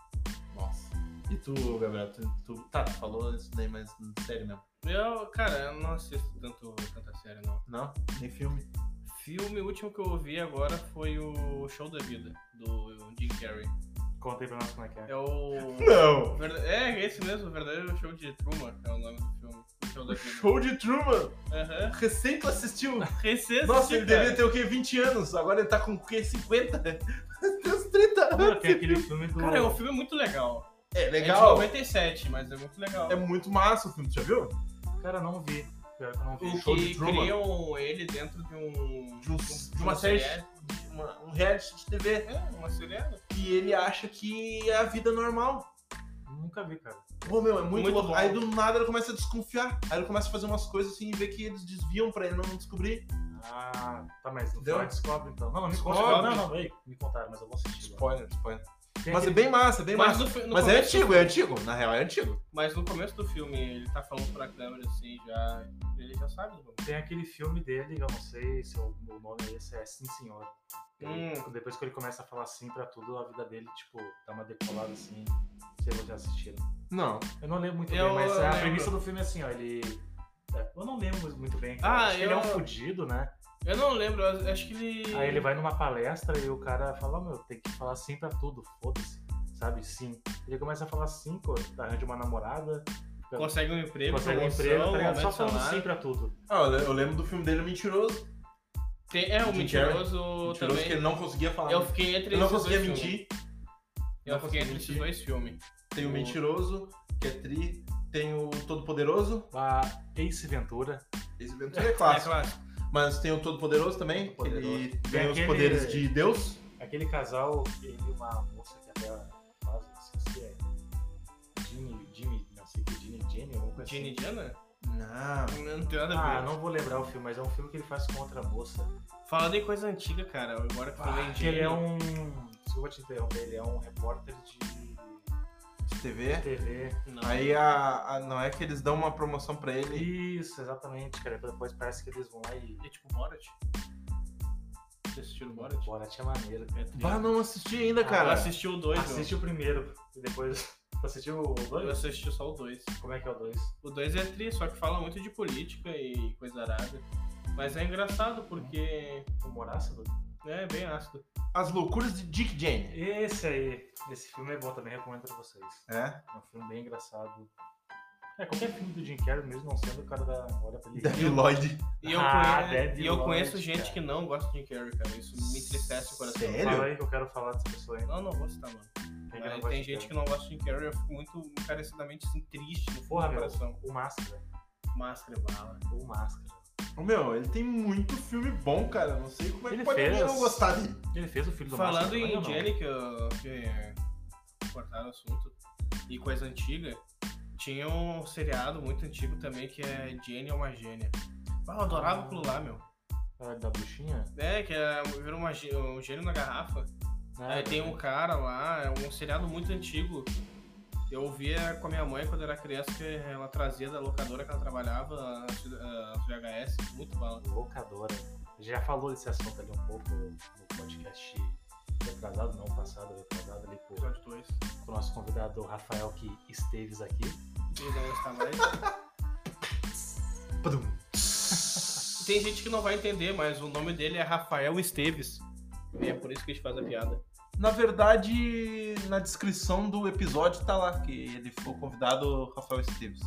Speaker 1: Nossa. E tu, Gabriel? Tu, tu- tá, tu falou isso daí, mas série mesmo.
Speaker 2: Eu, cara, eu não assisto tanto, tanta série, não.
Speaker 1: Não? Nem filme?
Speaker 2: Filme, o último que eu ouvi agora foi o Show da Vida, do Jim Carrey.
Speaker 3: Conta aí pra nós como é que é.
Speaker 2: É o...
Speaker 1: Não!
Speaker 2: Verda- É, é esse mesmo, o verdadeiro show de Truman, é o nome do filme. O show da vida.
Speaker 1: Show de Truman!
Speaker 2: Aham. é
Speaker 1: Recém tu assistiu!
Speaker 2: Recém
Speaker 1: Nossa,
Speaker 2: assisti,
Speaker 1: ele
Speaker 2: cara.
Speaker 1: devia ter o quê? 20 anos? Agora ele tá com o quê? 50? Tem uns 30
Speaker 3: Cara,
Speaker 1: anos!
Speaker 3: tem aquele filme do.
Speaker 2: Cara, é um filme muito legal.
Speaker 1: É
Speaker 2: É de
Speaker 1: legal!
Speaker 2: 97, mas é muito legal.
Speaker 1: É muito massa o filme, tu já viu?
Speaker 3: Cara, não vi. Pior que eu não vi.
Speaker 2: o
Speaker 1: show de
Speaker 2: que
Speaker 1: Truman.
Speaker 2: criam ele dentro de um...
Speaker 1: De, um- de uma série, de uma- um reality de TV.
Speaker 2: É, uma seriada.
Speaker 1: E ele acha que é a vida normal.
Speaker 3: Nunca vi, cara.
Speaker 1: Ô, meu, é muito,
Speaker 2: Muito
Speaker 1: louco.
Speaker 2: bom.
Speaker 1: Aí do nada ele começa a desconfiar. Aí ele começa a fazer umas coisas assim e vê que eles desviam pra ele não descobrir.
Speaker 3: Ah, tá, mas no
Speaker 1: Deu?
Speaker 3: final descobre então. Não, não me
Speaker 1: Descobre.
Speaker 3: contaram. Não, não, ei, me contaram, mas eu vou assistir. agora.
Speaker 1: Spoiler, spoiler.
Speaker 3: Tem
Speaker 1: Mas é
Speaker 3: aquele-
Speaker 1: bem massa, bem
Speaker 2: Mas,
Speaker 1: massa.
Speaker 2: no, fi- no
Speaker 1: Mas é
Speaker 2: começo-
Speaker 1: antigo, é antigo. Na real, é antigo.
Speaker 2: Mas no começo do filme ele tá falando pra câmera assim, já. Ele já sabe do bagulho.
Speaker 3: Tem aquele filme dele, eu não sei se o, o nome é esse, é Sim Senhor. Ele-
Speaker 1: Hum.
Speaker 3: Depois que ele começa a falar sim pra tudo, a vida dele, tipo, dá uma decolada assim. Não sei se vocês já assistiram.
Speaker 1: Não.
Speaker 3: Eu não lembro muito
Speaker 2: Eu
Speaker 3: bem, mas a
Speaker 2: lembro.
Speaker 3: premissa do filme é assim, ó, ele. é, Eu não lembro muito bem.
Speaker 2: Ah,
Speaker 3: cara. Acho que ele é um
Speaker 2: eu-
Speaker 3: fudido, né?
Speaker 2: Eu não lembro, eu acho que ele.
Speaker 3: Aí ele vai numa palestra e o cara fala, "Ó, meu, tem que falar sim pra tudo, foda-se. Sabe? Sim. Ele começa a falar sim, pô, arranja uma namorada,
Speaker 2: Consegue um emprego,
Speaker 3: consegue um
Speaker 2: promoção,
Speaker 3: emprego, tá ligado?
Speaker 2: aumento
Speaker 3: Só
Speaker 2: de
Speaker 3: falando
Speaker 2: salário.
Speaker 3: sim pra tudo.
Speaker 1: Ah, eu le- eu lembro do filme dele, o Mentiroso.
Speaker 2: Tem-
Speaker 1: Jim
Speaker 2: é, o
Speaker 1: Carrey.
Speaker 2: mentiroso,
Speaker 1: Mentiroso que ele
Speaker 2: também.
Speaker 1: não conseguia falar.
Speaker 2: Eu fiquei entre
Speaker 1: Ele não
Speaker 2: esses
Speaker 1: conseguia
Speaker 2: dois filmes.
Speaker 1: mentir.
Speaker 2: Eu
Speaker 1: Não
Speaker 2: fiquei
Speaker 1: conseguia
Speaker 2: entre esses
Speaker 1: mentir.
Speaker 2: dois filmes. É
Speaker 1: Tem o
Speaker 2: O-
Speaker 1: Mentiroso, que é tri. Tem o Todo-Poderoso.
Speaker 3: A Ace Ventura.
Speaker 1: Esse Ventura é
Speaker 2: É
Speaker 1: clássico.
Speaker 2: clássico.
Speaker 1: Mas tem o Todo-Poderoso também, que ele
Speaker 3: Todo-Poderoso.
Speaker 1: ganha
Speaker 3: Tem
Speaker 1: os
Speaker 3: aquele-
Speaker 1: poderes de Deus.
Speaker 3: Aquele casal, ele e uma moça que até faz, esqueci se é. Jimmy, Jimmy, não sei que Jimmy, Jenny, alguma coisa assim.
Speaker 2: Gene né? e Diana?
Speaker 1: Não.
Speaker 2: Não tem nada a
Speaker 3: Ah,
Speaker 2: ver.
Speaker 3: não vou lembrar o filme, mas é um filme que ele faz com outra moça.
Speaker 2: Falando em coisa antiga, cara, agora que falei em
Speaker 3: Que ele
Speaker 2: Gene,
Speaker 3: é um. Desculpa te interromper, ele é um repórter de
Speaker 1: De TV.
Speaker 3: TV.
Speaker 2: não.
Speaker 1: Aí a, a- não é que eles dão uma promoção pra ele.
Speaker 3: Isso, exatamente, cara. Depois parece que eles vão lá e.
Speaker 2: É tipo Borat. Você assistiu o Borat?
Speaker 3: Bora, tinha maneiro.
Speaker 2: É tri-
Speaker 1: Bah, "Ah, não assisti ainda,
Speaker 2: Eu
Speaker 1: cara.
Speaker 2: assisti o dois, meu.
Speaker 3: Assiste o primeiro e depois. Tu assistiu o
Speaker 2: Eu
Speaker 3: 2?
Speaker 2: assisti só o dois.
Speaker 3: Como é que é o 2?
Speaker 2: O 2 é tri, só que fala muito de política e coisa arada. Mas é engraçado porque
Speaker 3: O Morácido?
Speaker 2: né, é bem ácido.
Speaker 1: As loucuras de Dick Jane.
Speaker 3: Esse aí. Esse filme é bom também, recomendo pra vocês.
Speaker 1: É?
Speaker 3: É um filme bem engraçado. É, qualquer filme do Jim Carrey, mesmo não sendo o cara da. Olha pra ele.
Speaker 1: Debbie Lloyd.
Speaker 2: E eu,
Speaker 3: Ah,
Speaker 2: conhe-
Speaker 3: Dead
Speaker 2: e eu
Speaker 3: Lloyd,
Speaker 2: conheço gente
Speaker 3: cara.
Speaker 2: que não gosta de Jim Carrey, cara. Isso me entristece o coração.
Speaker 1: Sério?
Speaker 3: Fala aí que eu quero falar dessa pessoa aí.
Speaker 2: Não, não vou citar, mano. Mas
Speaker 3: Quem não gosta
Speaker 2: tem
Speaker 3: Né? de
Speaker 2: gente que
Speaker 3: Jim
Speaker 2: não gosta de Jim Carrey, eu fico muito encarecidamente assim, triste no fundo
Speaker 3: Porra,
Speaker 2: do
Speaker 3: meu.
Speaker 2: coração.
Speaker 3: Carrey? O Máscara.
Speaker 2: Máscara, bala.
Speaker 3: O Máscara.
Speaker 1: Ô, Meu, ele tem muito filme bom, cara. Não sei como é que
Speaker 3: Ele
Speaker 1: pode alguém
Speaker 3: fez.
Speaker 1: não gostar dele.
Speaker 3: Ele fez o filho do
Speaker 2: Falando
Speaker 3: Máscara.
Speaker 2: em
Speaker 3: mas eu não.
Speaker 2: Jenny, que, eu- que cortaram o assunto, e coisa antiga, tinha um seriado muito antigo também que é Jenny é uma gênia. Ah, eu adorava aquilo lá, meu.
Speaker 3: Ah, Da buchinha?
Speaker 2: É, que é, virou uma, gê- um gênio na garrafa.
Speaker 3: É,
Speaker 2: Aí tem um cara lá, é um seriado muito antigo. Eu via com a minha mãe quando era criança que ela trazia da locadora que ela trabalhava, as as VHS, muito bala.
Speaker 3: Locadora. Já falou desse assunto ali um pouco no podcast retrasado, não passado, retrasado ali com,
Speaker 2: Episódio 2.
Speaker 3: com o nosso convidado Rafael que esteves aqui.
Speaker 2: E não está mais.
Speaker 3: Prum.
Speaker 2: Tem gente que não vai entender, mas o nome dele é Rafael Esteves. E é por isso que a gente faz a piada.
Speaker 1: Na verdade, na descrição do episódio tá lá que ele foi o convidado Rafael Esteves.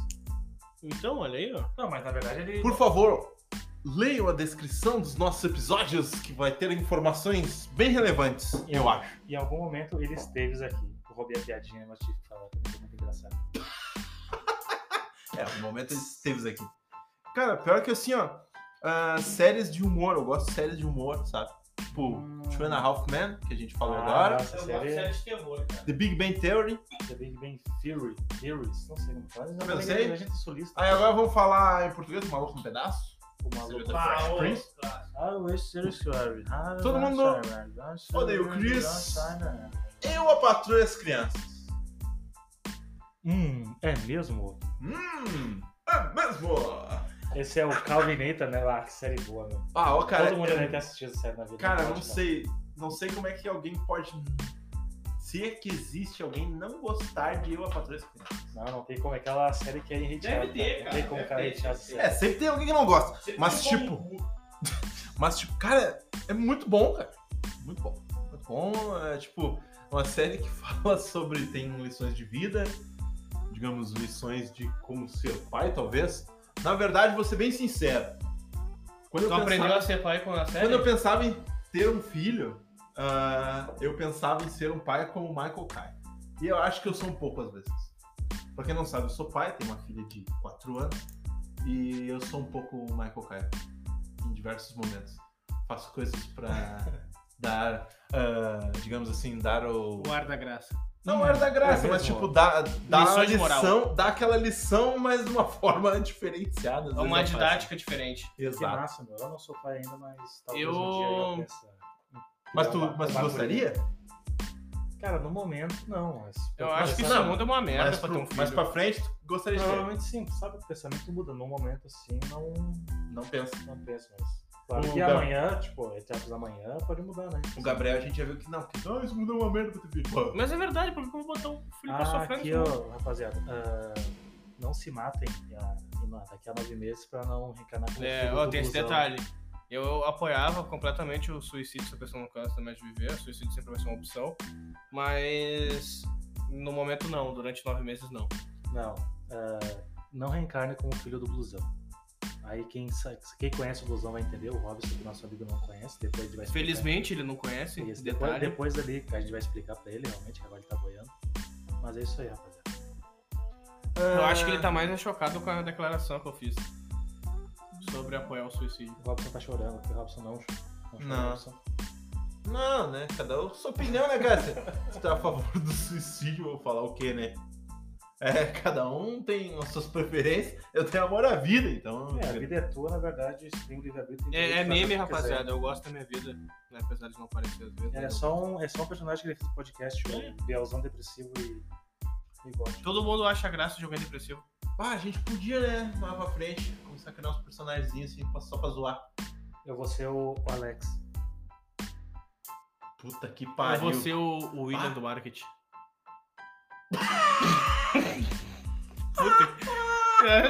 Speaker 2: Então, olha aí, ó.
Speaker 3: Não, mas na verdade ele.
Speaker 1: Por favor, leiam a descrição dos nossos episódios, que vai ter informações bem relevantes, eu acho.
Speaker 3: Em algum momento ele esteve aqui. Eu roubei a piadinha, mas tive que falar também, foi muito engraçado.
Speaker 1: É, no momento esteve aqui. Cara, pior que assim, ó, ah, séries de humor, eu gosto de séries de humor, sabe? Tipo, Two and a Half Men, que a gente falou
Speaker 3: Ah,
Speaker 1: agora.
Speaker 3: Essa
Speaker 2: Eu gosto de
Speaker 3: série-
Speaker 2: É série de terror, cara.
Speaker 1: The Big Bang Theory.
Speaker 3: The Big Bang Theory. Theories. Não sei como faz. Não
Speaker 1: Eu
Speaker 3: tem
Speaker 1: sei. Ah,
Speaker 3: A gente é sulista.
Speaker 1: Aí agora vamos falar em português, maluco no pedaço.
Speaker 3: O maluco.
Speaker 1: The
Speaker 3: tá
Speaker 1: Fresh
Speaker 2: Ah, ô,
Speaker 1: Prince?
Speaker 2: claro.
Speaker 3: I wish seriously.
Speaker 1: Todo mundo odeia o Chris. Eu a patroa e as crianças.
Speaker 3: Hum, é mesmo?
Speaker 1: Hum, é mesmo?
Speaker 3: Esse é o Calvin Nathan, né? Ah, que série boa, meu.
Speaker 1: Ah, ó, cara.
Speaker 3: Todo mundo é
Speaker 1: eu-
Speaker 3: deve ter assistido essa série na vida. né?
Speaker 1: Cara,
Speaker 3: pode,
Speaker 1: não sei. Não sei como é que alguém pode. Se é que existe alguém não gostar de eu a patroa e as crianças.
Speaker 3: Não, não tem como. É aquela série que é enreteada.
Speaker 2: Deve ter,
Speaker 3: Não tem
Speaker 2: cara,
Speaker 3: como o
Speaker 2: deve
Speaker 3: cara
Speaker 2: ter,
Speaker 3: enretear essa
Speaker 2: deve
Speaker 1: É,
Speaker 3: série.
Speaker 1: sempre tem alguém que não gosta.
Speaker 2: Sempre
Speaker 1: Mas,
Speaker 2: tem
Speaker 1: tipo,
Speaker 2: como-
Speaker 1: Mas, tipo, cara, é muito bom, cara. Muito bom. Muito bom. É, tipo, uma série que fala sobre. Tem lições de vida, digamos, lições de como ser pai, talvez. Na verdade, vou ser bem sincero. Quando
Speaker 2: Tu
Speaker 1: eu,
Speaker 2: aprendeu
Speaker 1: pensava,
Speaker 2: a ser pai com a série?
Speaker 1: quando eu pensava em ter um filho, ah, eu pensava em ser um pai como o Michael Kai. E eu acho que eu sou um pouco às vezes. Pra quem não sabe, eu sou pai, tenho uma filha de 4 anos. E eu sou um pouco o Michael Kai em diversos momentos. Faço coisas pra dar, ah, digamos assim, dar o.
Speaker 2: Guarda graça.
Speaker 1: Não era da graça,
Speaker 3: é
Speaker 1: mas
Speaker 3: mesmo?
Speaker 1: tipo, dar, dar a
Speaker 2: Lições de
Speaker 1: lição, dar aquela lição, mas de uma forma diferenciada. às
Speaker 2: É
Speaker 1: vezes
Speaker 2: uma
Speaker 1: eu faço.
Speaker 2: didática diferente.
Speaker 3: Que
Speaker 1: Exato.
Speaker 3: massa, meu. Eu não sou pai ainda, mas talvez
Speaker 2: Eu-
Speaker 3: um dia eu pensa.
Speaker 2: é
Speaker 1: Mas tu, mas tu gostaria?
Speaker 3: Cara, no momento não, mas. assim,
Speaker 2: Eu acho que
Speaker 1: Não,
Speaker 2: isso mundo é uma merda
Speaker 1: mas,
Speaker 2: pra
Speaker 1: pro-
Speaker 2: ter um filho.
Speaker 1: mas pra frente, tu gostaria de ter.
Speaker 3: Provavelmente sim, sabe? O pensamento muda. No momento assim, não,
Speaker 1: Não pensa.
Speaker 3: não penso mais. Claro
Speaker 1: O
Speaker 3: que
Speaker 1: Gabi-
Speaker 3: amanhã, tipo, etapas da manhã pode mudar, né?
Speaker 1: O Gabriel, a gente já viu que não. que, Não, isso mudou uma merda pra ter filho. Pô,
Speaker 2: Mas é verdade, porque eu vou botar um filho pra
Speaker 3: Ah,
Speaker 2: sofrer
Speaker 3: aqui,
Speaker 1: é
Speaker 2: nesse mundo?
Speaker 3: ó, rapaziada. ah, não se matem ah, e não- daqui a nove meses pra não reencarnar com o
Speaker 2: É,
Speaker 3: filho
Speaker 2: ó,
Speaker 3: do
Speaker 2: tem esse
Speaker 3: busão.
Speaker 2: detalhe. Eu apoiava completamente o suicídio se a pessoa não cansa mais de viver. O suicídio sempre vai ser uma opção. Mas no momento não, durante nove meses não.
Speaker 3: Não. ah, não reencarne como filho do blusão. Aí quem, sa- quem conhece o blusão vai entender, o Robson, que nosso amigo não conhece, depois ele vai explicar.
Speaker 2: Felizmente ele não conhece
Speaker 3: Isso,
Speaker 2: esse
Speaker 3: depois,
Speaker 2: detalhe.
Speaker 3: depois ali a gente vai explicar pra ele realmente, que agora ele tá boiando. Mas é isso aí, rapaziada.
Speaker 2: Eu acho que ele tá mais é chocado com a declaração que eu fiz sobre apoiar o suicídio.
Speaker 3: O Robson tá chorando, porque o Robson não, cho- não chora.
Speaker 1: Não.
Speaker 3: Robson.
Speaker 1: Não, né? Cada um sua opinião, né, cara? Se se tu é a favor do suicídio, eu vou falar o quê, né? É, cada um tem as suas preferências. Eu tenho amor à vida, então.
Speaker 3: É, a vida é tua, na verdade, isso tem o livre-arbítrio. tem
Speaker 2: É, é
Speaker 3: direito de fazer
Speaker 2: meme,
Speaker 3: o que quiser.
Speaker 2: rapaziada. Eu gosto da minha vida, né? apesar de não parecer às vezes.
Speaker 3: É
Speaker 2: mas
Speaker 3: só, um, é só um personagem que ele fez no podcast,
Speaker 2: É.
Speaker 3: o Bielzão Depressivo e, e
Speaker 2: eu-
Speaker 3: gosta.
Speaker 2: Todo mundo acha graça de alguém depressivo.
Speaker 1: Ah, a gente podia, né? Lá pra frente, começar a criar uns personagens assim, pra- só pra zoar.
Speaker 3: Eu vou ser o o Alex.
Speaker 1: Puta que
Speaker 2: Eu
Speaker 1: pariu.
Speaker 2: vou ser o, o William
Speaker 1: Ah.
Speaker 2: do marketing. Puta que- É,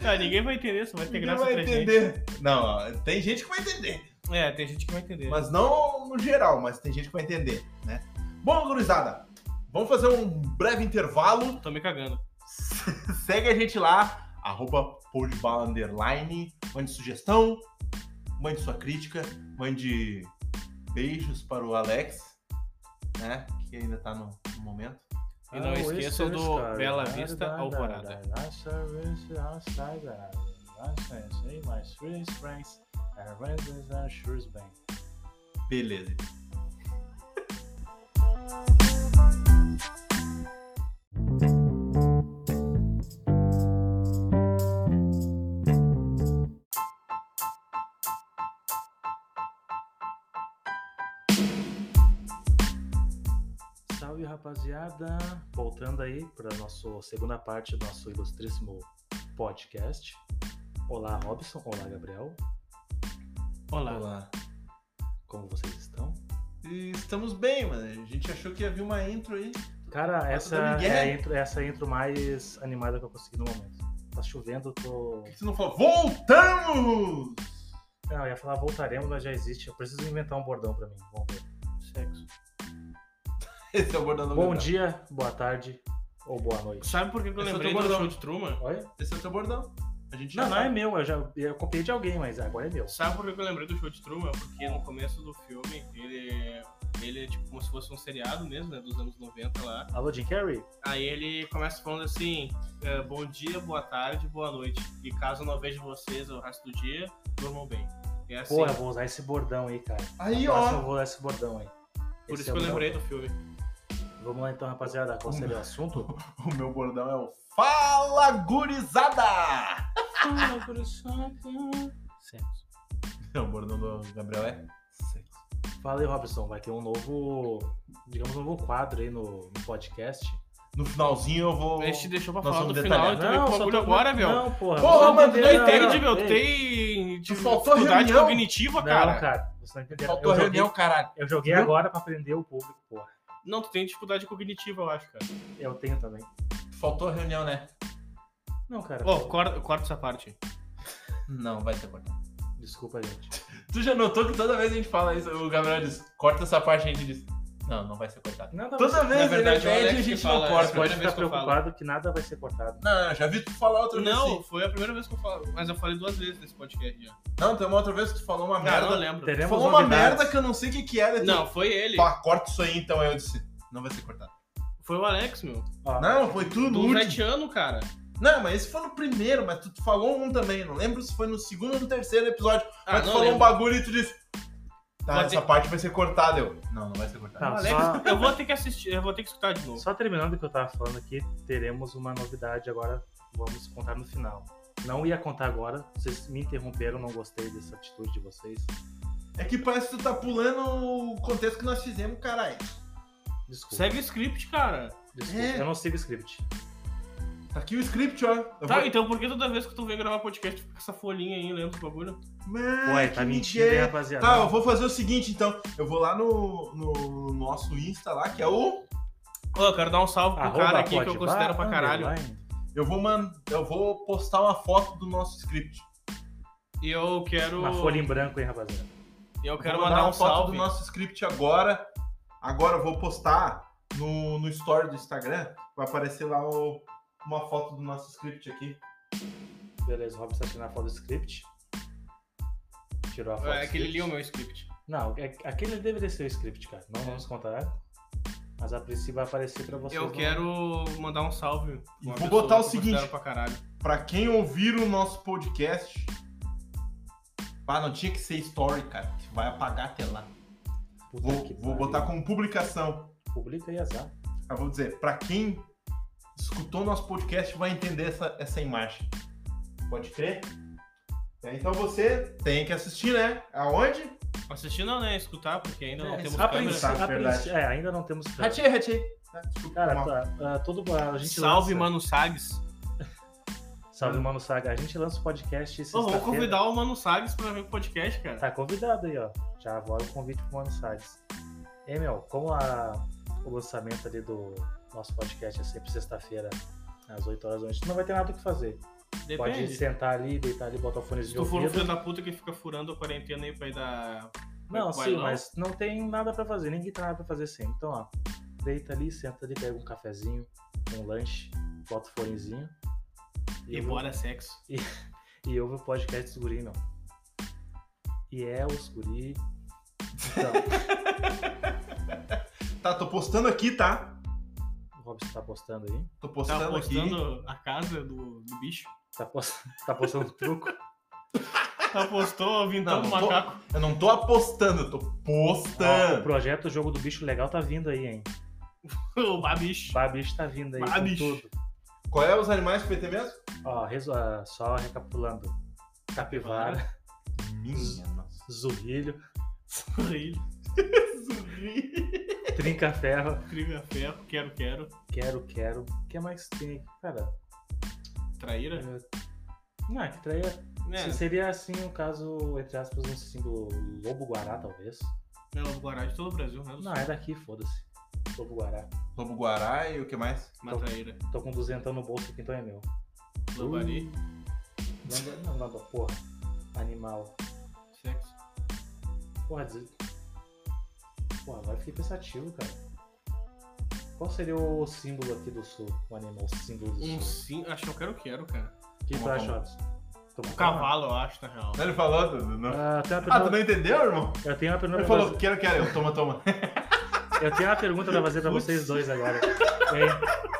Speaker 2: Tá, ninguém vai entender, só vai ter
Speaker 1: Ninguém
Speaker 2: graça
Speaker 1: vai
Speaker 2: pra
Speaker 1: entender. Não, ó, tem gente que vai entender.
Speaker 2: gente. É, tem gente que vai entender.
Speaker 1: Mas não no geral, mas tem gente que vai entender, né? Bom, gurizada, vamos fazer um breve intervalo.
Speaker 2: Tô me cagando.
Speaker 1: Segue a gente lá, arroba podbala underline. Mande sugestão, mande sua crítica, mande beijos para o Alex, né? Que ainda tá no, no momento.
Speaker 2: E
Speaker 3: Ah,
Speaker 2: não esqueçam
Speaker 3: é
Speaker 2: do Bela Vista Alvorada.
Speaker 3: é é
Speaker 1: Beleza. então
Speaker 3: Salve rapaziada! Voltando aí para nossa segunda parte do nosso ilustríssimo podcast. Olá Robson, olá Gabriel,
Speaker 2: Olá.
Speaker 1: Olá.
Speaker 3: como vocês estão?
Speaker 1: E estamos bem, mano. A gente achou que ia vir uma intro aí.
Speaker 3: Cara, essa
Speaker 2: tá
Speaker 1: dando
Speaker 3: é,
Speaker 1: guerra.
Speaker 3: a intro, essa é a intro mais animada que eu consegui no momento. Tá chovendo, eu tô.
Speaker 1: Por que você não falou? Voltamos!
Speaker 3: Não, eu ia falar voltaremos, mas já existe. Eu preciso inventar um bordão pra mim. Vamos ver.
Speaker 2: Sexo.
Speaker 1: Esse é o bordão do
Speaker 3: Bom
Speaker 1: Gandalf.
Speaker 3: dia, boa tarde ou boa noite.
Speaker 2: Sabe por que que eu
Speaker 1: Esse é o
Speaker 2: lembrei
Speaker 1: teu
Speaker 2: do
Speaker 1: bordão.
Speaker 2: show de Truman?
Speaker 3: Olha.
Speaker 1: Esse é o teu bordão. A gente já
Speaker 3: Não, não
Speaker 1: sabe.
Speaker 3: é meu, eu já eu copiei de alguém, mas agora é meu.
Speaker 2: Sabe por que que eu lembrei do show de Truman? Porque no começo do filme, ele, ele é tipo como se fosse um seriado mesmo, né? Dos anos 90 lá.
Speaker 3: Alô, Jim Carrey?
Speaker 2: Aí ele começa falando assim: eh, bom dia, boa tarde, boa noite. E caso eu não veja vocês o resto do dia, durmam bem. É assim.
Speaker 3: Porra, eu vou usar esse bordão aí, cara.
Speaker 1: Aí,
Speaker 3: Nossa, eu
Speaker 1: ó.
Speaker 3: vou usar esse bordão aí.
Speaker 2: por
Speaker 3: Esse
Speaker 2: isso que
Speaker 3: é o
Speaker 2: eu
Speaker 3: meu.
Speaker 2: lembrei do filme.
Speaker 3: Vamos lá então, rapaziada. Qual seria o assunto?
Speaker 1: O meu bordão é o Fala Gurizada!
Speaker 3: Sexo.
Speaker 1: O bordão do Gabriel é sexo.
Speaker 3: Fala aí, Robson. Vai ter um novo, digamos, um novo quadro aí no, no podcast.
Speaker 1: No finalzinho eu vou.
Speaker 2: A gente deixou pra
Speaker 1: Nós
Speaker 2: falar do
Speaker 1: vamos
Speaker 2: final,
Speaker 1: detalhar.
Speaker 2: então eu
Speaker 3: só
Speaker 2: bagulho
Speaker 3: tô-
Speaker 2: agora, meu.
Speaker 3: Não, porra.
Speaker 1: Porra,
Speaker 3: vocês não
Speaker 1: mano, tu não
Speaker 3: entenderam,
Speaker 2: Entende, meu?
Speaker 3: Ei,
Speaker 2: Tu tem
Speaker 1: é. Tu
Speaker 2: tipo,
Speaker 1: faltou
Speaker 2: dificuldade
Speaker 1: reunião.
Speaker 2: cognitiva,
Speaker 3: Não,
Speaker 2: cara.
Speaker 3: cara. Você não entendeu.
Speaker 1: Faltou
Speaker 3: Eu joguei,
Speaker 1: reunião, caralho.
Speaker 3: eu joguei
Speaker 1: Não.
Speaker 3: agora pra prender o público, porra.
Speaker 2: Não, tu tem dificuldade cognitiva, eu acho, cara.
Speaker 3: Eu tenho também.
Speaker 1: Faltou reunião, né?
Speaker 3: Não,
Speaker 1: Tá
Speaker 3: cara.
Speaker 2: Ô, corta, corta essa parte.
Speaker 1: Não, vai ter bordão.
Speaker 3: Desculpa, gente.
Speaker 1: Tu já notou que toda vez que a gente fala isso, o Gabriel diz, corta essa parte, a gente diz, não, não tá vai ser cortado.
Speaker 3: Não, não,
Speaker 1: Toda vez ele
Speaker 2: verdade, o
Speaker 1: pede,
Speaker 2: Alex
Speaker 1: a
Speaker 2: que
Speaker 1: gente
Speaker 2: fala
Speaker 1: não
Speaker 2: isso,
Speaker 3: você
Speaker 1: corta.
Speaker 2: mas-
Speaker 3: pode
Speaker 2: primeira vez
Speaker 3: ficar
Speaker 2: que eu falo.
Speaker 3: preocupado que nada vai ser cortado.
Speaker 1: Não, já vi tu falar outra vez
Speaker 2: Não,
Speaker 1: assim.
Speaker 2: foi a primeira vez que eu falo. Mas eu falei duas vezes nesse podcast já.
Speaker 1: Não, tem uma outra vez que tu falou uma
Speaker 2: Cara, eu
Speaker 1: merda.
Speaker 2: não lembro.
Speaker 1: Tu
Speaker 3: Teremos
Speaker 1: falou uma
Speaker 3: novidades.
Speaker 1: merda que eu não sei o que que era. e tu-
Speaker 2: Não, foi ele.
Speaker 1: Pá, corta isso aí então. Aí eu disse, não vai ser cortado.
Speaker 2: Foi o Alex, meu.
Speaker 3: Ó,
Speaker 1: Não, foi tudo no
Speaker 2: Do
Speaker 1: último.
Speaker 2: sete anos, cara.
Speaker 1: Não, mas esse foi no primeiro, mas tu, tu falou um também. Não lembro se foi no segundo ou no terceiro episódio.
Speaker 2: Ah,
Speaker 1: mas tu
Speaker 2: não
Speaker 1: falou um
Speaker 2: lembro.
Speaker 1: bagulho e tu disse, tá,
Speaker 2: Pode
Speaker 1: essa
Speaker 2: ter-
Speaker 1: parte vai ser cortada. Eu, não, não vai ser cortada.
Speaker 3: Tá,
Speaker 2: Alex,
Speaker 3: só-
Speaker 2: eu vou ter que assistir, eu vou ter que escutar de novo.
Speaker 3: Só terminando o que eu tava falando aqui, teremos uma novidade agora, vamos contar no final. Não ia contar agora, vocês me interromperam, não gostei dessa atitude de vocês.
Speaker 1: É que parece que tu tá pulando o contexto que nós fizemos, caralho.
Speaker 3: Desculpa.
Speaker 2: Segue o script, cara.
Speaker 3: Desculpa,
Speaker 1: É.
Speaker 3: eu não sigo script.
Speaker 1: Tá aqui o script, ó. Eu
Speaker 2: Tá,
Speaker 1: vou-
Speaker 2: então por que toda vez que tu vem gravar podcast, tu fica com essa folhinha aí, lembra do bagulho?
Speaker 1: Mano,
Speaker 3: Ué,
Speaker 1: que
Speaker 3: tá mentindo, hein,
Speaker 1: mentira.
Speaker 3: rapaziada?
Speaker 1: Tá, eu vou fazer o seguinte, então. Eu vou lá no, no nosso Insta lá, que é o.
Speaker 2: Ô, eu quero dar um salve pro
Speaker 3: Arroba
Speaker 2: cara aqui que eu
Speaker 3: Podbar,
Speaker 2: considero
Speaker 1: Ah,
Speaker 2: pra caralho.
Speaker 3: underline.
Speaker 1: Eu vou mandar. Eu vou postar uma foto do nosso script.
Speaker 2: E eu quero.
Speaker 3: Uma folha em branco, hein, rapaziada?
Speaker 2: E eu
Speaker 1: Eu
Speaker 2: quero
Speaker 1: vou
Speaker 2: mandar
Speaker 1: uma
Speaker 2: um
Speaker 1: foto
Speaker 2: salve.
Speaker 1: do nosso script agora. Agora eu vou postar no, no story do Instagram. Vai aparecer lá o- uma foto do nosso script aqui.
Speaker 3: Beleza, o Robson tá tirando a foto do script. Tirou a foto.
Speaker 2: É
Speaker 3: do
Speaker 2: que ele
Speaker 3: script.
Speaker 2: lia o meu script.
Speaker 3: Não, é- aquele deveria ser o script, cara.
Speaker 2: É.
Speaker 3: Não vamos contar. Mas a princípio vai aparecer pra vocês.
Speaker 2: Eu
Speaker 3: no-
Speaker 2: quero mandar um salve. pra
Speaker 1: E vou
Speaker 2: uma pessoa
Speaker 1: botar o
Speaker 2: que eu considero
Speaker 1: seguinte.
Speaker 2: Pra caralho.
Speaker 1: Pra quem ouvir o nosso podcast. Ah, não tinha que ser story, cara. que Vai apagar até lá.
Speaker 3: Puta
Speaker 1: Vou,
Speaker 3: que
Speaker 1: vou
Speaker 3: pariu.
Speaker 1: botar como publicação.
Speaker 3: Publica e azar.
Speaker 1: Eu vou dizer, pra quem escutou nosso podcast vai entender essa, essa imagem. Pode crer? É, então você tem que assistir, né? Aonde?
Speaker 2: Assistir não, né? Escutar, porque ainda não
Speaker 1: É,
Speaker 2: temos
Speaker 1: só
Speaker 3: A
Speaker 1: pra
Speaker 2: câmera.
Speaker 1: pensar.
Speaker 3: princípio, a
Speaker 1: verdade.
Speaker 3: princípio- é, ainda não temos câmera.
Speaker 1: Hati. Desculpa,
Speaker 3: Cara,
Speaker 1: mal.
Speaker 3: tá, ah, todo a gente
Speaker 2: Salve,
Speaker 3: lança,
Speaker 2: Mano Sags.
Speaker 3: Salve, Mano Saga. A gente lança o podcast
Speaker 2: Ô,
Speaker 3: sexta-feira.
Speaker 2: vou convidar o Mano Sags pra ver o podcast, cara.
Speaker 3: Tá convidado aí, ó. Já agora o convite pro Mano Sags. É, meu, como a- o lançamento ali do nosso podcast é sempre sexta-feira, às 8 horas da noite, tu não vai ter nada o que fazer. Pode
Speaker 2: Depende.
Speaker 3: sentar ali, deitar ali, botar o fone
Speaker 2: Se
Speaker 3: de
Speaker 2: tu for um
Speaker 3: ouvido.
Speaker 2: filho da puta que fica furando a quarentena aí pra ir dar.
Speaker 3: Não,
Speaker 2: vai
Speaker 3: sim,
Speaker 2: não.
Speaker 3: mas não tem nada pra fazer, ninguém tem nada pra fazer sempre. Então, ó, deita ali, senta ali, pega um cafezinho, um lanche, bota o fonezinho.
Speaker 2: E
Speaker 3: ouve-
Speaker 2: bora sexo.
Speaker 3: E ouve o podcast dos guri, meu. E é os guri. Então,
Speaker 1: Tá, tô postando aqui, tá?
Speaker 3: o Robson tá postando aí.
Speaker 1: Tô
Speaker 2: Tá
Speaker 1: postando, aqui.
Speaker 2: postando a casa do, do bicho.
Speaker 3: Tá, post... tá postando truco.
Speaker 2: Tá postou o Vintão
Speaker 1: Não,
Speaker 2: do
Speaker 1: não tô-
Speaker 2: Macaco.
Speaker 1: Eu não tô apostando, eu tô
Speaker 2: Tá.
Speaker 3: Ó, o
Speaker 1: postando.
Speaker 3: projeto Jogo do Bicho Legal tá vindo aí, hein?
Speaker 2: O Babicho.
Speaker 3: O bicho tá vindo aí. com
Speaker 2: Babicho.
Speaker 3: tudo.
Speaker 1: Qual é os animais que PT mesmo?
Speaker 3: Ó, resu- ah, só recapitulando. Capivara,
Speaker 1: Minha nossa.
Speaker 3: zurrilho,
Speaker 2: Sorri,
Speaker 3: trinca-ferro,
Speaker 2: Triga é Ferro, Quero Quero,
Speaker 3: quero, quero. O que mais que tem aqui, cara? É,
Speaker 2: Traíra.
Speaker 3: Não, é que traía.
Speaker 2: É,
Speaker 3: Seria assim um caso, entre aspas, um símbolo lobo-guará, talvez.
Speaker 2: pelo Guará de todo o Brasil, né?
Speaker 3: Não, é daqui, foda-se. Lobo-guará.
Speaker 1: Lobo Guará e o que mais?
Speaker 2: Uma traíra.
Speaker 3: Tô com duzentão no bolso aqui, então é meu.
Speaker 2: Lambari.
Speaker 3: Não, não, não, não, porra. Animal.
Speaker 2: Sexo.
Speaker 3: Porra, des... Porra, agora eu fiquei pensativo, cara. Qual seria o símbolo aqui do sul? O animal símbolo do
Speaker 2: Um
Speaker 3: sul?
Speaker 2: sim, acho que eu quero, quero, cara.
Speaker 3: O que tu
Speaker 1: Uma
Speaker 3: acha,
Speaker 1: pomba.
Speaker 3: Robson?
Speaker 2: Um
Speaker 3: Toma uma
Speaker 2: cavalo, eu acho, na real.
Speaker 1: Não, ele falou, tu não-
Speaker 3: pomba? Ah, tem uma
Speaker 1: Ah, tu
Speaker 3: pergunta-
Speaker 1: não entendeu, irmão?
Speaker 3: eu tenho uma pergunta
Speaker 1: Ele
Speaker 3: pra
Speaker 1: falou,
Speaker 3: fazer-
Speaker 1: quero, quero. Eu, toma, toma.
Speaker 3: eu tenho uma pergunta pra fazer pra
Speaker 2: Putz.
Speaker 3: vocês dois agora. Hein?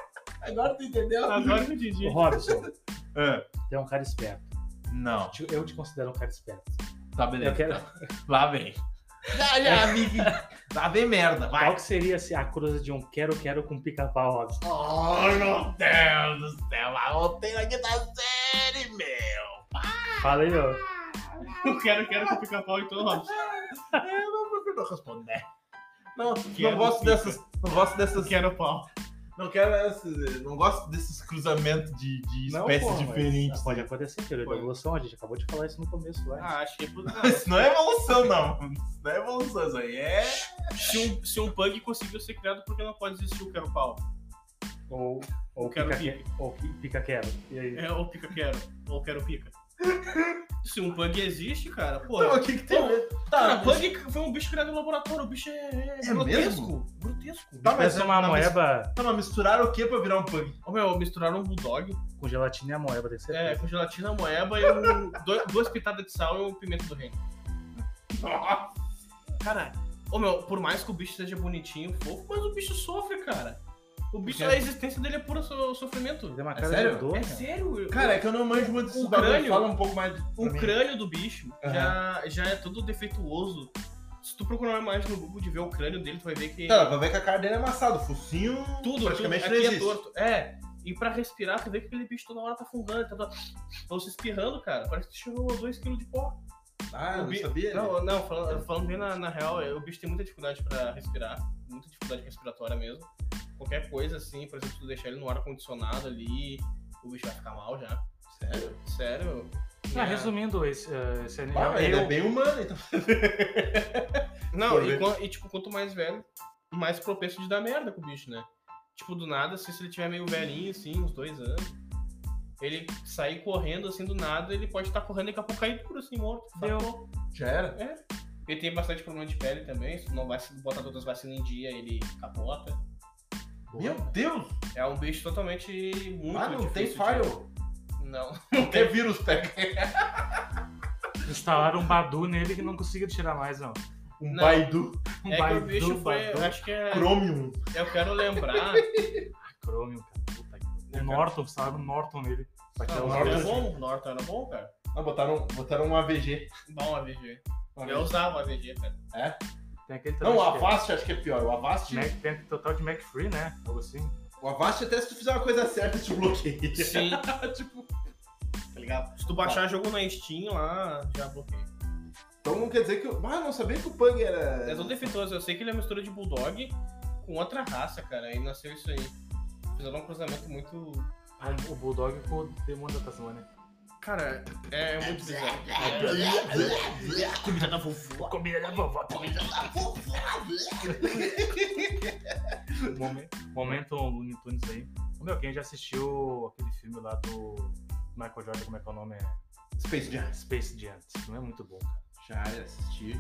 Speaker 2: Agora tu entendeu? Tá, Agora que eu entendi.
Speaker 3: Ô, Robson,
Speaker 1: É.
Speaker 3: tu é um cara esperto.
Speaker 1: Não.
Speaker 3: Te- Eu te considero um cara esperto.
Speaker 1: Tá,
Speaker 3: Eu
Speaker 1: beleza.
Speaker 3: quero...
Speaker 1: Lá vem. Já, já, amigo. Lá vem merda,
Speaker 3: Qual
Speaker 1: vai.
Speaker 3: que seria assim, a cruz de um quero-quero com pica-pau, Robson?
Speaker 1: Oh, meu Deus do céu. A roteira aqui da série, meu.
Speaker 3: Fala aí, meu.
Speaker 2: Eu quero, quero que o pica-pau então, Robson.
Speaker 1: Eu não prefiro não responder. Não,
Speaker 2: Quero
Speaker 1: não gosto
Speaker 2: pica.
Speaker 1: dessas... Não gosto dessas...
Speaker 2: Quero pau.
Speaker 1: Não quero essas... Não gosto desses cruzamentos de, de
Speaker 3: Não, é
Speaker 1: espécies
Speaker 3: porra, mas ah,
Speaker 1: diferentes.
Speaker 3: Pode acontecer, teoria da
Speaker 1: Pode.
Speaker 3: evolução, a gente acabou de falar isso no começo lá.
Speaker 2: Ah, achei por... ah,
Speaker 1: Isso não é evolução, não. Isso não é evolução, isso aí é...
Speaker 2: se, um, se um pug conseguiu ser criado, por que não pode existir o quero pau?
Speaker 3: Ou, ou
Speaker 2: Quero
Speaker 3: pica, ou que- pica quero. E aí?
Speaker 2: É, ou pica quero, ou quero pica. Se um pug existe, cara,
Speaker 1: Pô,
Speaker 2: porra.
Speaker 1: o que que tem a ver?
Speaker 2: Cara, pug foi um bicho criado no laboratório, o bicho é, é grotesco.
Speaker 1: mesmo?
Speaker 2: Grotesco.
Speaker 1: Tá, mas
Speaker 3: Parece uma
Speaker 1: não, mas-
Speaker 3: moeba
Speaker 1: Tá, mas misturaram o que pra virar um pug?
Speaker 2: Ô, meu, misturaram um bulldog
Speaker 3: com gelatina e a moeba, tem
Speaker 2: é,
Speaker 3: certeza.
Speaker 2: com gelatina, moeba e um, dois- duas pitadas de sal e um pimenta do reino. Cara, ô meu, por mais que o bicho seja bonitinho, fofo, mas o bicho sofre, cara. O bicho,
Speaker 1: Por
Speaker 2: a
Speaker 1: quê?
Speaker 2: existência dele é puro so- sofrimento.
Speaker 3: Tem uma
Speaker 1: É
Speaker 3: cara
Speaker 1: sério?
Speaker 3: de dor, né?
Speaker 2: É
Speaker 3: cara.
Speaker 2: sério? eu-
Speaker 1: Cara, é que eu não manjo muito desses
Speaker 2: O
Speaker 1: bagulho.
Speaker 2: crânio-
Speaker 1: Fala um pouco mais.
Speaker 2: O crânio do bicho
Speaker 1: Aham.
Speaker 2: já, já é todo defeituoso. Se tu procurar uma imagem no Google de ver o crânio dele, tu vai ver que
Speaker 1: Cara, vai ver que a cara dele é amassada. O focinho
Speaker 2: tudo,
Speaker 1: praticamente
Speaker 2: tudo
Speaker 1: não
Speaker 2: aqui é
Speaker 1: existe.
Speaker 2: torto. É. E pra respirar, tu vê que aquele bicho toda hora tá fungando, tá, tá, tá se espirrando, cara. Parece que tirou 2kg de pó.
Speaker 1: Ah,
Speaker 2: O
Speaker 1: eu não
Speaker 2: bi-
Speaker 1: sabia?
Speaker 2: Não, não, falando, falando bem na, na real, é, o bicho tem muita dificuldade pra respirar, muita dificuldade respiratória mesmo. Qualquer coisa assim, por exemplo, tu deixar ele no ar condicionado ali, o bicho vai ficar mal já.
Speaker 1: Sério?
Speaker 2: Sério?
Speaker 3: Ah,
Speaker 2: É.
Speaker 3: resumindo, esse, eh, esse animal.
Speaker 1: Ah, ele
Speaker 3: eu-
Speaker 1: é bem humano, então.
Speaker 2: Não,
Speaker 1: Por
Speaker 2: e,
Speaker 1: ver.
Speaker 2: quan- e, tipo, quanto mais velho, mais propenso de dar merda com o bicho, né? Tipo, do nada, assim, se ele tiver meio velhinho, assim, uns dois anos, ele sair correndo assim do nada, ele pode estar correndo e daqui a pouco cair duro, assim, morto.
Speaker 3: Deu.
Speaker 2: sacou?
Speaker 1: Já era?
Speaker 2: Ele tem bastante problema de pele também, se tu não vai se botar todas as vacinas em dia, ele capota.
Speaker 1: Meu Deus!
Speaker 2: É um bicho totalmente muito
Speaker 1: ah, não tem
Speaker 2: difícil
Speaker 1: file.
Speaker 2: de- Não.
Speaker 1: Não tem vírus, pega.
Speaker 3: Instalaram um Badu nele que não conseguiram tirar mais, não.
Speaker 1: Um
Speaker 2: Não.
Speaker 1: Baidu
Speaker 3: Um
Speaker 2: é que o
Speaker 3: Baidu,
Speaker 2: bicho foi,
Speaker 3: Badu,
Speaker 2: eu acho que é,
Speaker 1: Chromium.
Speaker 2: eu quero lembrar,
Speaker 3: Chromium, cara. Puta que
Speaker 2: Cara.
Speaker 3: O Norton, instalaram o Norton nele. Pra tirar
Speaker 2: não,
Speaker 3: o
Speaker 2: o
Speaker 1: Norton
Speaker 2: Norton
Speaker 1: é
Speaker 2: era
Speaker 3: um Norton.
Speaker 2: bom, o Norton era bom, cara.
Speaker 1: Ah, botaram, botaram um AVG.
Speaker 2: Bom o AVG.
Speaker 1: Um
Speaker 2: Eu
Speaker 1: AVG.
Speaker 2: usava É o AVG, cara.
Speaker 3: Tem aquele
Speaker 1: Não,
Speaker 3: também
Speaker 1: o
Speaker 3: que é Né?
Speaker 1: Avast acho que é pior. O Avast,
Speaker 3: Mac, tem aquele total de Mac Free, né? Algo assim.
Speaker 1: o Avast até se tu fizer uma coisa certa, te bloqueia.
Speaker 2: Sim,
Speaker 1: tipo,
Speaker 2: tá ligado? Se tu baixar jogo na Steam lá, já bloqueei.
Speaker 1: então não quer dizer que... eu- Ah, não sabia que o Pug era...
Speaker 2: É todo defeituoso, eu sei que ele é uma mistura de Bulldog com outra raça, cara, e nasceu isso aí. Fizeram um cruzamento muito...
Speaker 3: Ah, O- O Bulldog com o demônio da Tasmania.
Speaker 2: Cara, é, é muito bizarro.
Speaker 3: Comida da vovó. Comida da vovó. Momen- Momento Looney Tunes aí. Ô, Meu, quem já assistiu aquele filme lá do Michael Jordan, como é que é o nome? É
Speaker 1: Space Jam.
Speaker 3: Space Jam. Esse filme é muito bom, cara.
Speaker 1: Já assisti.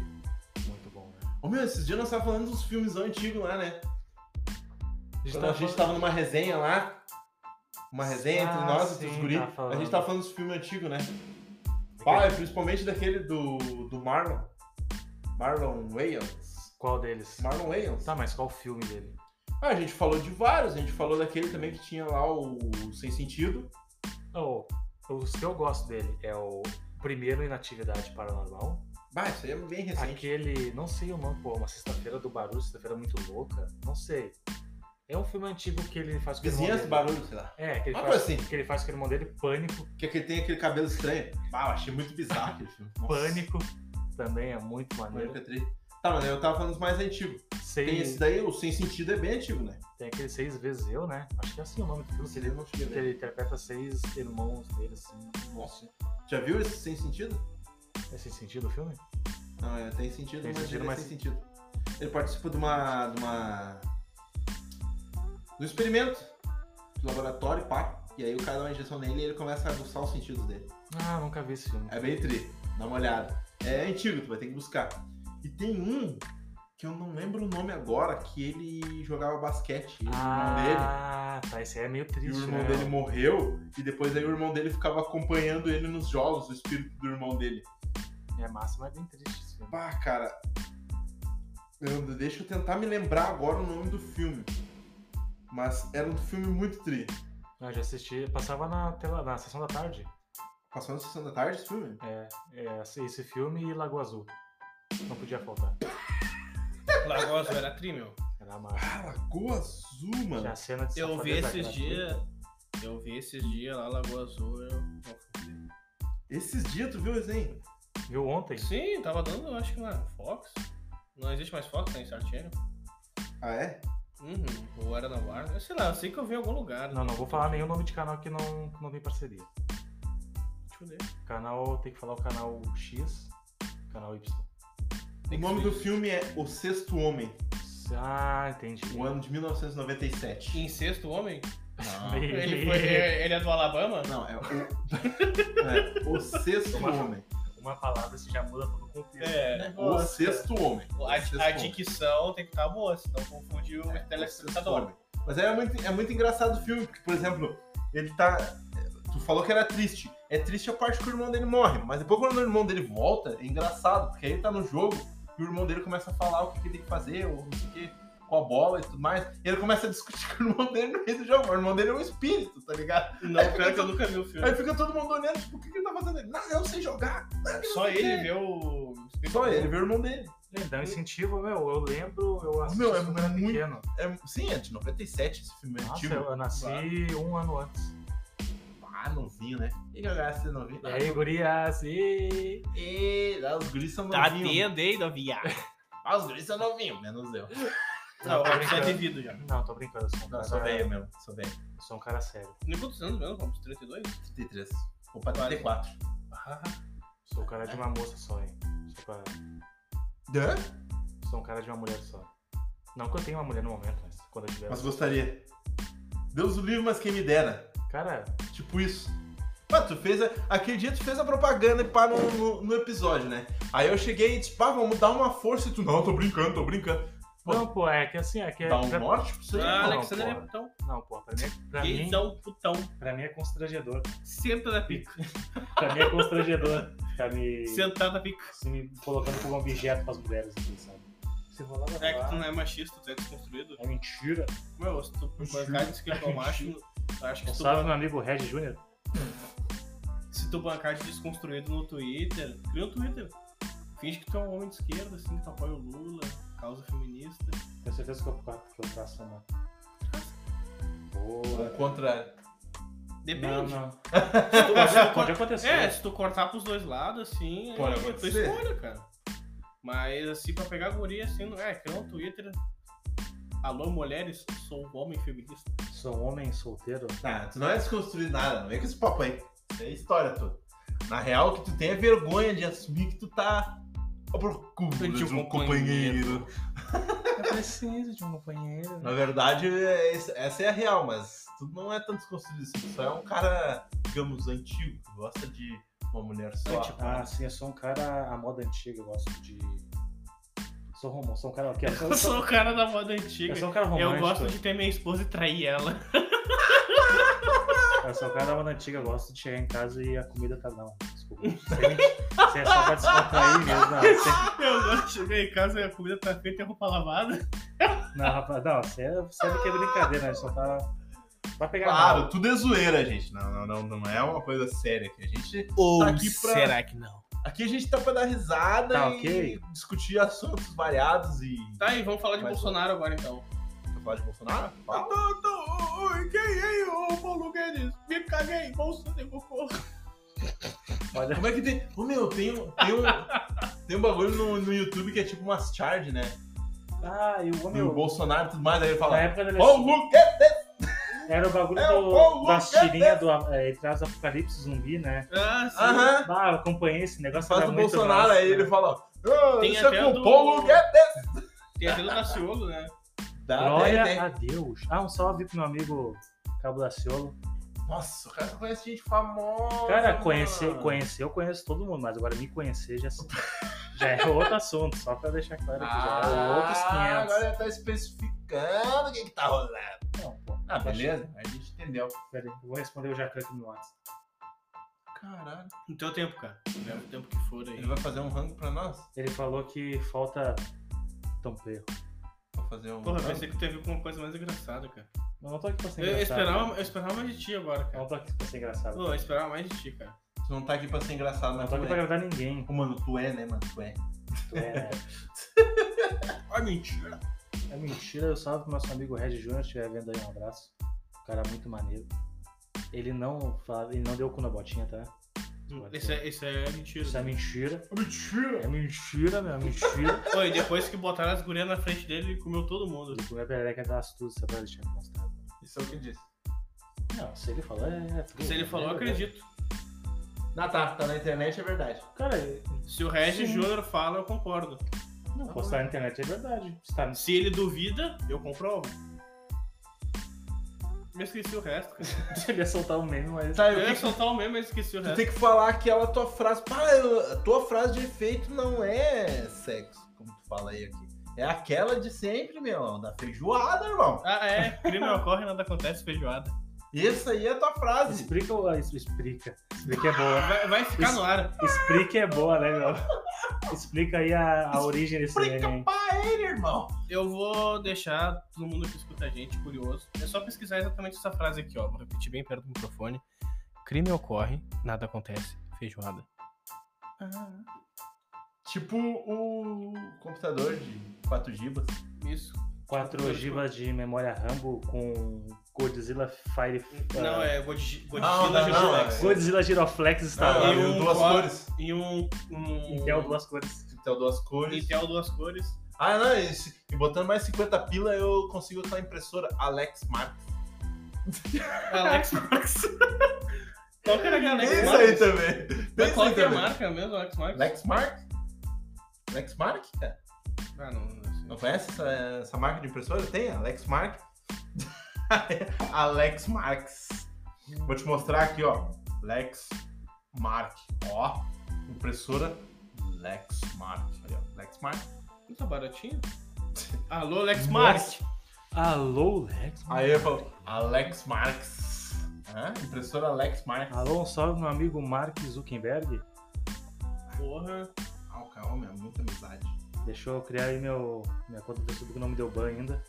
Speaker 3: Muito bom, né?
Speaker 1: Ô meu, esses dias nós tava falando dos filmes antigos lá, né?
Speaker 3: A
Speaker 1: Quando a gente tava numa resenha lá. Uma resenha entre
Speaker 3: Ah,
Speaker 1: nós e
Speaker 3: sim,
Speaker 1: os guri.
Speaker 3: tava falando.
Speaker 1: a gente tava falando dos filmes antigos, né?
Speaker 3: Qual,
Speaker 1: Pá, principalmente daquele do, do Marlon. Marlon Wayans.
Speaker 3: deles?
Speaker 1: Marlon Wayans.
Speaker 3: Tá, mas qual o filme dele?
Speaker 1: Ah, a gente falou de vários. A gente falou daquele também que tinha lá o Sem Sentido.
Speaker 3: Não, os que eu gosto dele é o primeiro Inatividade Paranormal.
Speaker 1: Bah, isso aí é bem recente.
Speaker 3: Aquele, não sei o nome, pô, uma sexta-feira do barulho, sexta-feira muito louca, não sei. É um filme antigo que ele faz com o irmão
Speaker 1: Vizinhança,
Speaker 3: dele.
Speaker 1: barulho, sei lá.
Speaker 3: É, que ele,
Speaker 1: Uma
Speaker 3: faz,
Speaker 1: coisa assim.
Speaker 3: que ele faz com o irmão dele, Pânico.
Speaker 1: Que, que tem aquele cabelo estranho. Ah, eu achei muito bizarro aquele filme. Nossa.
Speaker 3: Pânico também é muito maneiro.
Speaker 1: Pânico é tri. Tá, mas eu tava falando dos mais antigos. Tem
Speaker 3: Seis,
Speaker 1: esse daí, o Sem Sentido é bem antigo, né?
Speaker 3: tem aquele Seis Vezes Eu, né? Acho que é assim o nome do filme. que
Speaker 1: Esse daí
Speaker 3: Ele,
Speaker 1: eu né? não cheguei a
Speaker 3: que
Speaker 1: ver.
Speaker 3: ele interpreta seis irmãos dele, assim.
Speaker 1: Nossa. Já viu esse sem sentido?
Speaker 3: É sem sentido o filme?
Speaker 1: Não, é, tem sentido,
Speaker 3: Tem
Speaker 1: mas
Speaker 3: sentido,
Speaker 1: ele é
Speaker 3: mas-
Speaker 1: sem sentido. Ele participa de uma. de uma. de um experimento de laboratório, pá. E aí o cara dá uma injeção nele e ele começa a aguçar os sentidos dele.
Speaker 3: Ah, nunca vi esse filme.
Speaker 1: É bem tri, dá uma olhada. É antigo, tu vai ter que buscar. E tem um que que eu não lembro o nome agora, que ele jogava basquete. E o irmão
Speaker 3: Ah, tá. Esse aí é meio
Speaker 1: dele. E
Speaker 3: triste,
Speaker 1: o irmão
Speaker 3: né?
Speaker 1: dele morreu, e depois aí o irmão dele ficava acompanhando ele nos jogos, o espírito do irmão dele.
Speaker 3: É massa, mas é bem triste esse filme.
Speaker 1: Pá, cara. Eu- deixa eu tentar me lembrar agora o nome do filme. Mas era um filme muito tri.
Speaker 3: Ah, já assisti, passava na tela, na sessão da tarde.
Speaker 1: Passou na sessão da tarde esse filme?
Speaker 3: É, é, esse filme e Lagoa Azul. Não podia faltar.
Speaker 2: Lagoa Azul era tri, meu.
Speaker 3: Era massa.
Speaker 1: Ah, Lagoa Azul, mano.
Speaker 3: Tinha a cena de
Speaker 2: Eu vi
Speaker 3: safadeza
Speaker 2: esses
Speaker 3: gratuita.
Speaker 2: dias. Eu vi esses dias lá, Lagoa Azul. Eu...
Speaker 1: Esses dias tu viu o desenho?
Speaker 3: Viu ontem?
Speaker 2: Sim, tava dando, eu acho que na Fox. Não existe mais Fox, né? Em Star Channel.
Speaker 1: Ah, é?
Speaker 2: Uhum. Ou era na Warner. Sei lá, eu sei que eu vi em algum lugar.
Speaker 3: Não, não vou falar nenhum nome de canal que não, que não vem parceria.
Speaker 2: Deixa eu ver.
Speaker 3: Canal, tem que falar o canal X, canal Y.
Speaker 1: O nome do filme é O Sexto Homem,
Speaker 3: Ah, entendi.
Speaker 1: o ano de 1997.
Speaker 2: Incesto Homem?
Speaker 1: Não,
Speaker 2: Ele, foi, ele é do Alabama?
Speaker 1: Ah. Não, é o, é o Sexto Homem.
Speaker 3: Uma palavra se já muda todo o contexto.
Speaker 2: É.
Speaker 1: O Sexto Homem. O Sexto
Speaker 2: A, a
Speaker 1: Homem.
Speaker 2: dicção tem que estar boa, senão confundiu
Speaker 1: É,
Speaker 2: o
Speaker 1: o Sexto
Speaker 2: telespectador.
Speaker 1: Homem. Mas é muito, é muito engraçado o filme, porque, por exemplo, ele tá. Tu falou que era triste. É triste a parte que o irmão dele morre, mas depois quando o irmão dele volta, é engraçado, porque aí ele tá no jogo e o irmão dele começa a falar o que, que ele tem que fazer, ou não sei o que, com a bola e tudo mais. E ele começa a discutir com o irmão dele no meio do jogo. O irmão dele é um espírito, tá ligado?
Speaker 2: Não, pior que eu nunca vi o filme.
Speaker 1: Aí fica todo mundo olhando, tipo, o que, que ele tá fazendo? Ele, Não, eu sei jogar.
Speaker 2: Só ele vê o.
Speaker 1: Só ele, vê o irmão dele.
Speaker 3: É, Dá um incentivo, meu. Eu lembro, eu assisti
Speaker 1: Meu, é
Speaker 3: quando era
Speaker 1: muito
Speaker 3: pequeno.
Speaker 1: É- sim, é de 97 esse filme é
Speaker 3: Nossa,
Speaker 1: antigo.
Speaker 3: eu nasci um ano antes.
Speaker 1: Ah, novinho, né? E que eu gasto novinho?
Speaker 3: E aí, gurias, e...
Speaker 1: E lá, os guris são
Speaker 2: Tá
Speaker 1: novinhos.
Speaker 2: tendo aí, novinha.
Speaker 1: Ah, os guris são novinhos, menos eu.
Speaker 2: Não,
Speaker 3: tá
Speaker 2: já é
Speaker 3: brincando.
Speaker 2: devido já.
Speaker 3: Não, tô brincando, eu sou um
Speaker 1: Não,
Speaker 3: cara,
Speaker 1: sou velho mesmo, sou velho.
Speaker 3: eu sou um cara sério.
Speaker 2: Nem é quantos anos mesmo? Vamos, 32?
Speaker 1: 33. Opa, 34.
Speaker 2: Ah,
Speaker 3: Sou o cara de uma moça só, hein. Sou, cara...
Speaker 1: Hã?
Speaker 3: sou um cara de uma mulher só. Não que eu tenha uma mulher no momento, mas quando eu tiver...
Speaker 1: Mas gostaria. Deus o livre, mas quem me dera.
Speaker 3: Cara,
Speaker 1: Tipo isso. Mas tu fez a... Aquele dia tu fez a propaganda e pá no, no, no episódio, né? Aí eu cheguei e disse, pá, vamos dar uma força. E tu, não, tô brincando, tô brincando. Pô.
Speaker 3: não, pô, é que assim, é que...
Speaker 1: Dá um
Speaker 3: pra-
Speaker 1: norte pra você.
Speaker 2: ah
Speaker 3: não,
Speaker 2: Alexandre é
Speaker 3: porra.
Speaker 2: putão.
Speaker 3: Não, pô, pra mim, é- pra mim,
Speaker 2: Gaysão, putão.
Speaker 3: pra mim é constrangedor.
Speaker 2: Senta na pica.
Speaker 3: Pra mim é constrangedor ficar me,
Speaker 2: Sentar na pica.
Speaker 3: se me colocando como objeto pras mulheres, assim, sabe? Se rolar, vai
Speaker 2: É que tu
Speaker 3: rolar.
Speaker 2: não é machista, tu é desconstruído.
Speaker 3: É mentira.
Speaker 2: Meu, se tu bancar de esquerda ao macho, eu acho que
Speaker 3: Um
Speaker 2: se tu
Speaker 3: salve, meu amigo Regis Júnior.
Speaker 2: Se tu bancar de desconstruído no Twitter, cria um Twitter. Finge que tu é um homem de esquerda, assim, que tu apoia o Lula, causa feminista.
Speaker 3: Tenho certeza que eu, que eu traço uma. Boa.
Speaker 1: Contra...
Speaker 2: Depende.
Speaker 3: Não, não.
Speaker 2: Se tu- se tu
Speaker 3: Pode
Speaker 2: cor-
Speaker 3: acontecer.
Speaker 2: é, se tu cortar pros dois lados, assim, é
Speaker 1: Pode
Speaker 2: tua
Speaker 1: acontecer.
Speaker 2: escolha, cara. Mas, assim, pra pegar guria, assim, não- é, cria um Twitter. Alô, mulheres, sou um homem feminista.
Speaker 3: Sou um homem solteiro.
Speaker 1: Ah, tu não é desconstruir nada, não vem com esse papo aí. Isso é história tua. Na real, o que tu tem é vergonha de assumir que tu tá à procura
Speaker 2: De
Speaker 1: de
Speaker 2: um
Speaker 1: um companheiro.
Speaker 3: Eu preciso de um companheiro.
Speaker 1: Na verdade, é esse- essa é a real, mas tu não é tão desconstruído assim. Tu só é um cara, digamos, antigo, que gosta de uma mulher só.
Speaker 2: Antigo.
Speaker 3: Ah, sim, eu sou um cara à moda antiga, eu gosto de. Sou romão, sou um cara aqui, ó. Sou,
Speaker 2: Eu sou o cara da moda
Speaker 3: eu
Speaker 2: antiga.
Speaker 3: sou um cara romântico.
Speaker 2: Eu gosto de ter minha esposa e trair ela.
Speaker 3: Eu sou um cara da moda antiga, eu gosto de chegar em casa e a comida tá não. Desculpa. Você é só pra descontrair mesmo, não. Você-
Speaker 2: Eu gosto de chegar em casa e a comida tá feita e a roupa lavada.
Speaker 3: Não, rapaz, não, você é- sabe que é brincadeira, né? Só tá. Vai pegar
Speaker 1: Claro,
Speaker 3: mal.
Speaker 1: tudo é zoeira, gente. Não, não, não, não é uma coisa séria aqui. A gente,
Speaker 2: Ou
Speaker 1: aqui pra-
Speaker 2: será que não?
Speaker 1: aqui a gente tá pra dar risada
Speaker 3: Tá,
Speaker 1: e
Speaker 3: ok.
Speaker 1: discutir assuntos variados e.
Speaker 2: Tá, e vamos falar de
Speaker 1: Mas-
Speaker 2: Bolsonaro agora então.
Speaker 1: Quer falar de Bolsonaro? Fala.
Speaker 2: Tô, tô, oi, quem é o Paulo Guedes? Me caguei, Bolsonaro de cocô.
Speaker 3: Olha,
Speaker 1: Como é que tem. Ô meu, tem, um- tem um. Tem um bagulho no, no YouTube que é tipo umas charge, né?
Speaker 3: ah, e o
Speaker 1: E o
Speaker 3: homem.
Speaker 1: Bolsonaro e tudo mais, aí ele
Speaker 3: Na
Speaker 1: fala.
Speaker 3: época da
Speaker 1: Ó,
Speaker 3: eleição.
Speaker 1: o Luke!
Speaker 3: Era o bagulho
Speaker 1: É o né?
Speaker 3: do-
Speaker 1: Paulo
Speaker 3: das tirinhas do é, entre as apocalipse zumbi, né?
Speaker 2: Ah, sim.
Speaker 1: Aham!
Speaker 3: Ah, eu acompanhei esse negócio.
Speaker 1: Faz
Speaker 3: era
Speaker 1: o
Speaker 3: muito
Speaker 1: Bolsonaro,
Speaker 3: massa,
Speaker 1: aí ele
Speaker 3: né?
Speaker 1: fala. "Ah,
Speaker 2: Tem
Speaker 1: Isso
Speaker 2: até
Speaker 1: é com
Speaker 2: do-
Speaker 1: o Paulo Guedes!
Speaker 2: Tem até do Daciolo, né?
Speaker 1: Dá,
Speaker 3: Glória
Speaker 1: tem, tem.
Speaker 3: a Deus. Ah, um salve pro meu amigo Cabo Daciolo.
Speaker 1: Nossa, o cara só conhece gente famosa.
Speaker 3: Cara,
Speaker 1: mano. Ah.
Speaker 3: conhecer, conhecer, eu conheço todo mundo, mas agora me conhecer já, é já é outro assunto, só pra deixar claro que já é outros
Speaker 1: Ah,
Speaker 3: 500.
Speaker 1: agora ele tá especificando o que, que tá rolando.
Speaker 3: Não, pô,
Speaker 1: Ah,
Speaker 3: tá
Speaker 1: beleza? A gente entendeu.
Speaker 3: Pera aí, eu vou responder o Jacan aqui no WhatsApp.
Speaker 1: Caralho.
Speaker 2: No teu tempo, cara. Leva o tempo que for aí.
Speaker 1: Ele vai fazer um rango pra nós?
Speaker 3: Ele falou que falta tampeiro.
Speaker 1: Vou fazer um.
Speaker 2: Porra, eu
Speaker 1: rango?
Speaker 2: pensei que tu teve alguma coisa mais engraçada, cara.
Speaker 3: Mas não tô aqui pra ser
Speaker 2: Eu, eu
Speaker 3: engraçado. né?
Speaker 2: esperava, eu esperava mais de ti agora,
Speaker 3: Não
Speaker 2: cara.
Speaker 3: tô aqui pra ser engraçado.
Speaker 2: Pô, eu esperava mais de ti, cara.
Speaker 1: Tu não tá aqui pra ser engraçado,
Speaker 3: Não
Speaker 1: mas tu
Speaker 3: tô aqui pra
Speaker 1: é.
Speaker 3: agradar ninguém.
Speaker 1: Ô, Mano, tu é, né, mano? Tu é.
Speaker 3: É,
Speaker 1: Ah, mentira.
Speaker 3: é mentira, eu salvo pro nosso amigo Red Júnior, se estiver vendo aí um abraço. O cara é muito maneiro. Ele não, fala- ele não deu o cu na botinha, tá? Pode
Speaker 2: Isso
Speaker 3: ser.
Speaker 2: é, isso é mentira.
Speaker 3: Isso é mentira.
Speaker 1: Mentira.
Speaker 3: É mentira, meu, é mentira.
Speaker 2: Pô, e depois que botaram as gurias na frente dele, ele comeu todo mundo.
Speaker 3: Ele comeu a perereca é da astúcia pra deixar mostrado.
Speaker 1: Isso é o que diz.
Speaker 3: Não, se ele falou, é. é tudo,
Speaker 2: Se ele
Speaker 3: é
Speaker 2: falou, eu
Speaker 3: verdade.
Speaker 2: acredito.
Speaker 1: Ah, tá. Tá na internet, é verdade.
Speaker 3: Cara, ele-
Speaker 2: Se o Regis
Speaker 3: Sim.
Speaker 2: Júnior fala, eu concordo.
Speaker 3: não,
Speaker 1: Tá
Speaker 3: postar
Speaker 1: bom.
Speaker 3: na internet é verdade. Se tá no
Speaker 2: Se ele duvida, eu comprovo. Eu esqueci o resto, cara.
Speaker 3: ele ia soltar um meme, mas.
Speaker 1: Tá, eu
Speaker 2: Eu ia
Speaker 1: tenho que...
Speaker 2: soltar o mesmo, mas esqueci o
Speaker 1: Tu
Speaker 2: resto.
Speaker 1: tem que falar aquela tua frase. Pá, eu- a tua frase de efeito não é sexo, como tu fala aí aqui. É aquela de sempre, meu, da feijoada, irmão.
Speaker 2: Ah, é. Crime ocorre, nada acontece, feijoada.
Speaker 1: Essa aí é a tua frase.
Speaker 3: Explica o. ah, isso, Explica. Explica é boa.
Speaker 2: Vai, vai ficar no ar.
Speaker 3: Explica é boa, né, meu? Explica aí a, a origem desse meme.
Speaker 1: Explica
Speaker 3: aí.
Speaker 1: pra ele, irmão.
Speaker 2: Eu vou deixar todo mundo que escuta a gente curioso. É só pesquisar exatamente essa frase aqui, ó. Vou repetir bem perto do microfone. Crime ocorre, nada acontece, feijoada.
Speaker 1: Tipo o computador de 4 gibas.
Speaker 2: Isso.
Speaker 3: Quatro ogivas de memória Rambo com Godzilla Fire.
Speaker 2: Não,
Speaker 3: ah,
Speaker 2: é Godzi-
Speaker 1: Não,
Speaker 2: Godzilla
Speaker 1: não, não,
Speaker 2: Giroflex.
Speaker 3: Godzilla Giroflex
Speaker 1: Ah,
Speaker 3: instalado.
Speaker 2: e
Speaker 1: viu?
Speaker 2: um
Speaker 1: duas
Speaker 2: quadro-
Speaker 1: cores.
Speaker 2: E um. um...
Speaker 3: Intel duas cores.
Speaker 1: Intel duas cores.
Speaker 2: Intel duas cores.
Speaker 1: Ah, não, esse- e botando mais 50 pila eu consigo aquela impressora Alex Marx.
Speaker 2: Alex Marx. Qual que era a Alex
Speaker 1: Pensa
Speaker 2: Marx?
Speaker 1: aí também.
Speaker 2: Mas
Speaker 1: Pensa
Speaker 2: qual
Speaker 1: aí
Speaker 2: que é a
Speaker 1: também.
Speaker 2: marca mesmo, Alex Marx?
Speaker 1: Lex Marx? Lex Marx, cara?
Speaker 2: Ah, não, não sei.
Speaker 1: Não conhece essa, essa marca de impressora? Tem, a Lex Marx. Alex Marx. Vou te mostrar aqui, ó. Lex Marx. Ó. Impressora Lex Marx. Aí, ó. Lex Marx.
Speaker 2: Não tá baratinho? Alô, Alex Marx.
Speaker 3: Alô, Lex?
Speaker 1: Aí eu falo, Alex Marx. Hã? Impressora Lex Marx.
Speaker 3: Alô, um salve meu amigo Mark Zuckerberg.
Speaker 2: Porra.
Speaker 1: Ah, o cara, meu, muita amizade.
Speaker 3: Deixa eu criar aí meu, minha conta do Facebook, não me deu ban ainda.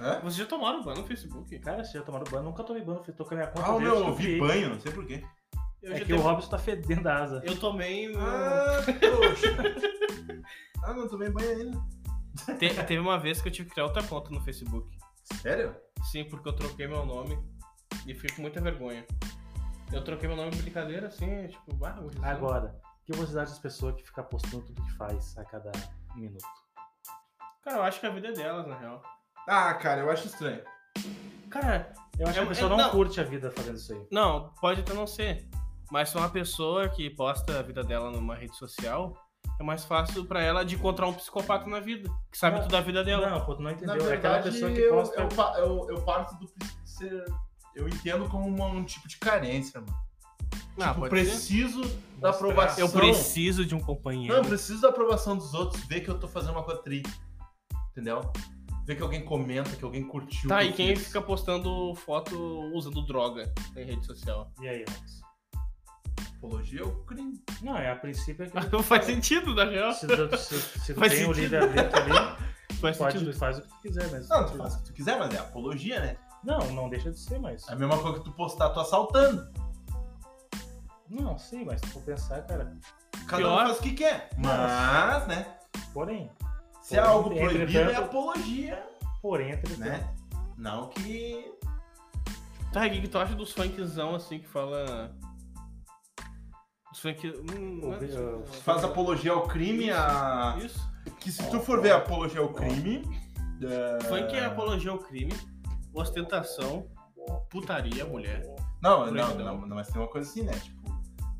Speaker 1: Hã?
Speaker 2: Vocês já tomaram ban no Facebook?
Speaker 3: Cara, vocês já tomaram ban? Nunca tomei ban, eu tô com a minha conta
Speaker 1: Ah, o
Speaker 3: desde
Speaker 1: meu,
Speaker 3: que
Speaker 1: eu vi
Speaker 3: criei.
Speaker 1: banho, não sei porquê.
Speaker 2: Eu
Speaker 3: É
Speaker 2: já
Speaker 3: que
Speaker 2: te-
Speaker 3: o Robson tá fedendo a asa.
Speaker 2: Eu tomei. uh,
Speaker 1: Ah, poxa. ah, não tomei banho ainda.
Speaker 2: te- Teve uma vez que eu tive que criar outra conta no Facebook.
Speaker 1: Sério?
Speaker 2: Sim, porque eu troquei meu nome e fiquei com muita vergonha. Eu troquei meu nome de brincadeira, assim, tipo, ah, hoje
Speaker 3: Agora, o que vocês acham das pessoas que ficam postando tudo que faz a cada minuto?
Speaker 2: Cara, eu acho que a vida é delas, na real.
Speaker 1: Ah, cara, eu acho estranho.
Speaker 2: Cara,
Speaker 3: Eu acho
Speaker 2: É-
Speaker 3: que a pessoa
Speaker 2: é-
Speaker 3: não,
Speaker 2: não.
Speaker 3: curte a vida fazendo isso aí.
Speaker 2: Não, pode até não ser. Mas se é uma pessoa que posta a vida dela numa rede social, é mais fácil pra ela de encontrar um psicopata na vida, que sabe
Speaker 3: Não.
Speaker 2: tudo da vida dela.
Speaker 3: Não, pô, tu não entendeu.
Speaker 1: Na
Speaker 3: é aquela
Speaker 1: verdade,
Speaker 3: pessoa que
Speaker 1: eu,
Speaker 3: posta.
Speaker 1: eu, pa- eu, eu parto do princípio de ser. Eu entendo como uma- um tipo de carência, mano.
Speaker 2: Ah,
Speaker 1: tipo,
Speaker 2: pode ser.
Speaker 1: preciso da
Speaker 3: Mostrar.
Speaker 1: aprovação.
Speaker 2: Eu preciso de um companheiro.
Speaker 1: Não, eu preciso da aprovação dos outros, ver que eu tô fazendo uma coisa tri. Entendeu? Ver que alguém comenta, que alguém curtiu.
Speaker 2: tá,
Speaker 1: que
Speaker 2: e
Speaker 1: eu
Speaker 2: quem
Speaker 1: fiz.
Speaker 2: fica postando foto usando droga em rede social?
Speaker 3: E aí, Robson?
Speaker 1: Apologia é o crime.
Speaker 3: Não, é a princípio é que.
Speaker 2: Não faz sentido, na real.
Speaker 3: Se tu, se, se tu
Speaker 2: Faz
Speaker 3: tem o
Speaker 2: sentido.
Speaker 3: livre dentro ali,
Speaker 2: Faz
Speaker 3: pode,
Speaker 2: sentido.
Speaker 3: faz o que tu quiser, mas.
Speaker 1: Não, tu faz o que tu quiser, mas é apologia, né?
Speaker 3: Não, não deixa de ser, mas.
Speaker 1: É a mesma coisa que tu postar, tu assaltando.
Speaker 3: Não, sim, mas se for pensar, cara.
Speaker 1: Cada
Speaker 2: Pior.
Speaker 1: um faz o que quer. Mas, né?
Speaker 3: Porém,
Speaker 1: Se é
Speaker 3: Porém,
Speaker 1: algo proibido, é
Speaker 3: entretanto-
Speaker 1: apologia,
Speaker 3: porém, entretanto.
Speaker 1: né? Não que
Speaker 2: Tá, e o que que tu acha dos funkzão assim que fala. Dos funk. Hum, não é
Speaker 3: Ouvi-
Speaker 2: dos-
Speaker 3: eu-
Speaker 1: faz apologia ao crime, a...
Speaker 2: Isso.
Speaker 1: que se tu for ver apologia ao crime,
Speaker 2: Funk é apologia ao crime, ostentação, putaria, É mulher.
Speaker 1: é, não, não,
Speaker 2: Proibidão.
Speaker 1: não, não, mas tem uma coisa assim, né? Tipo,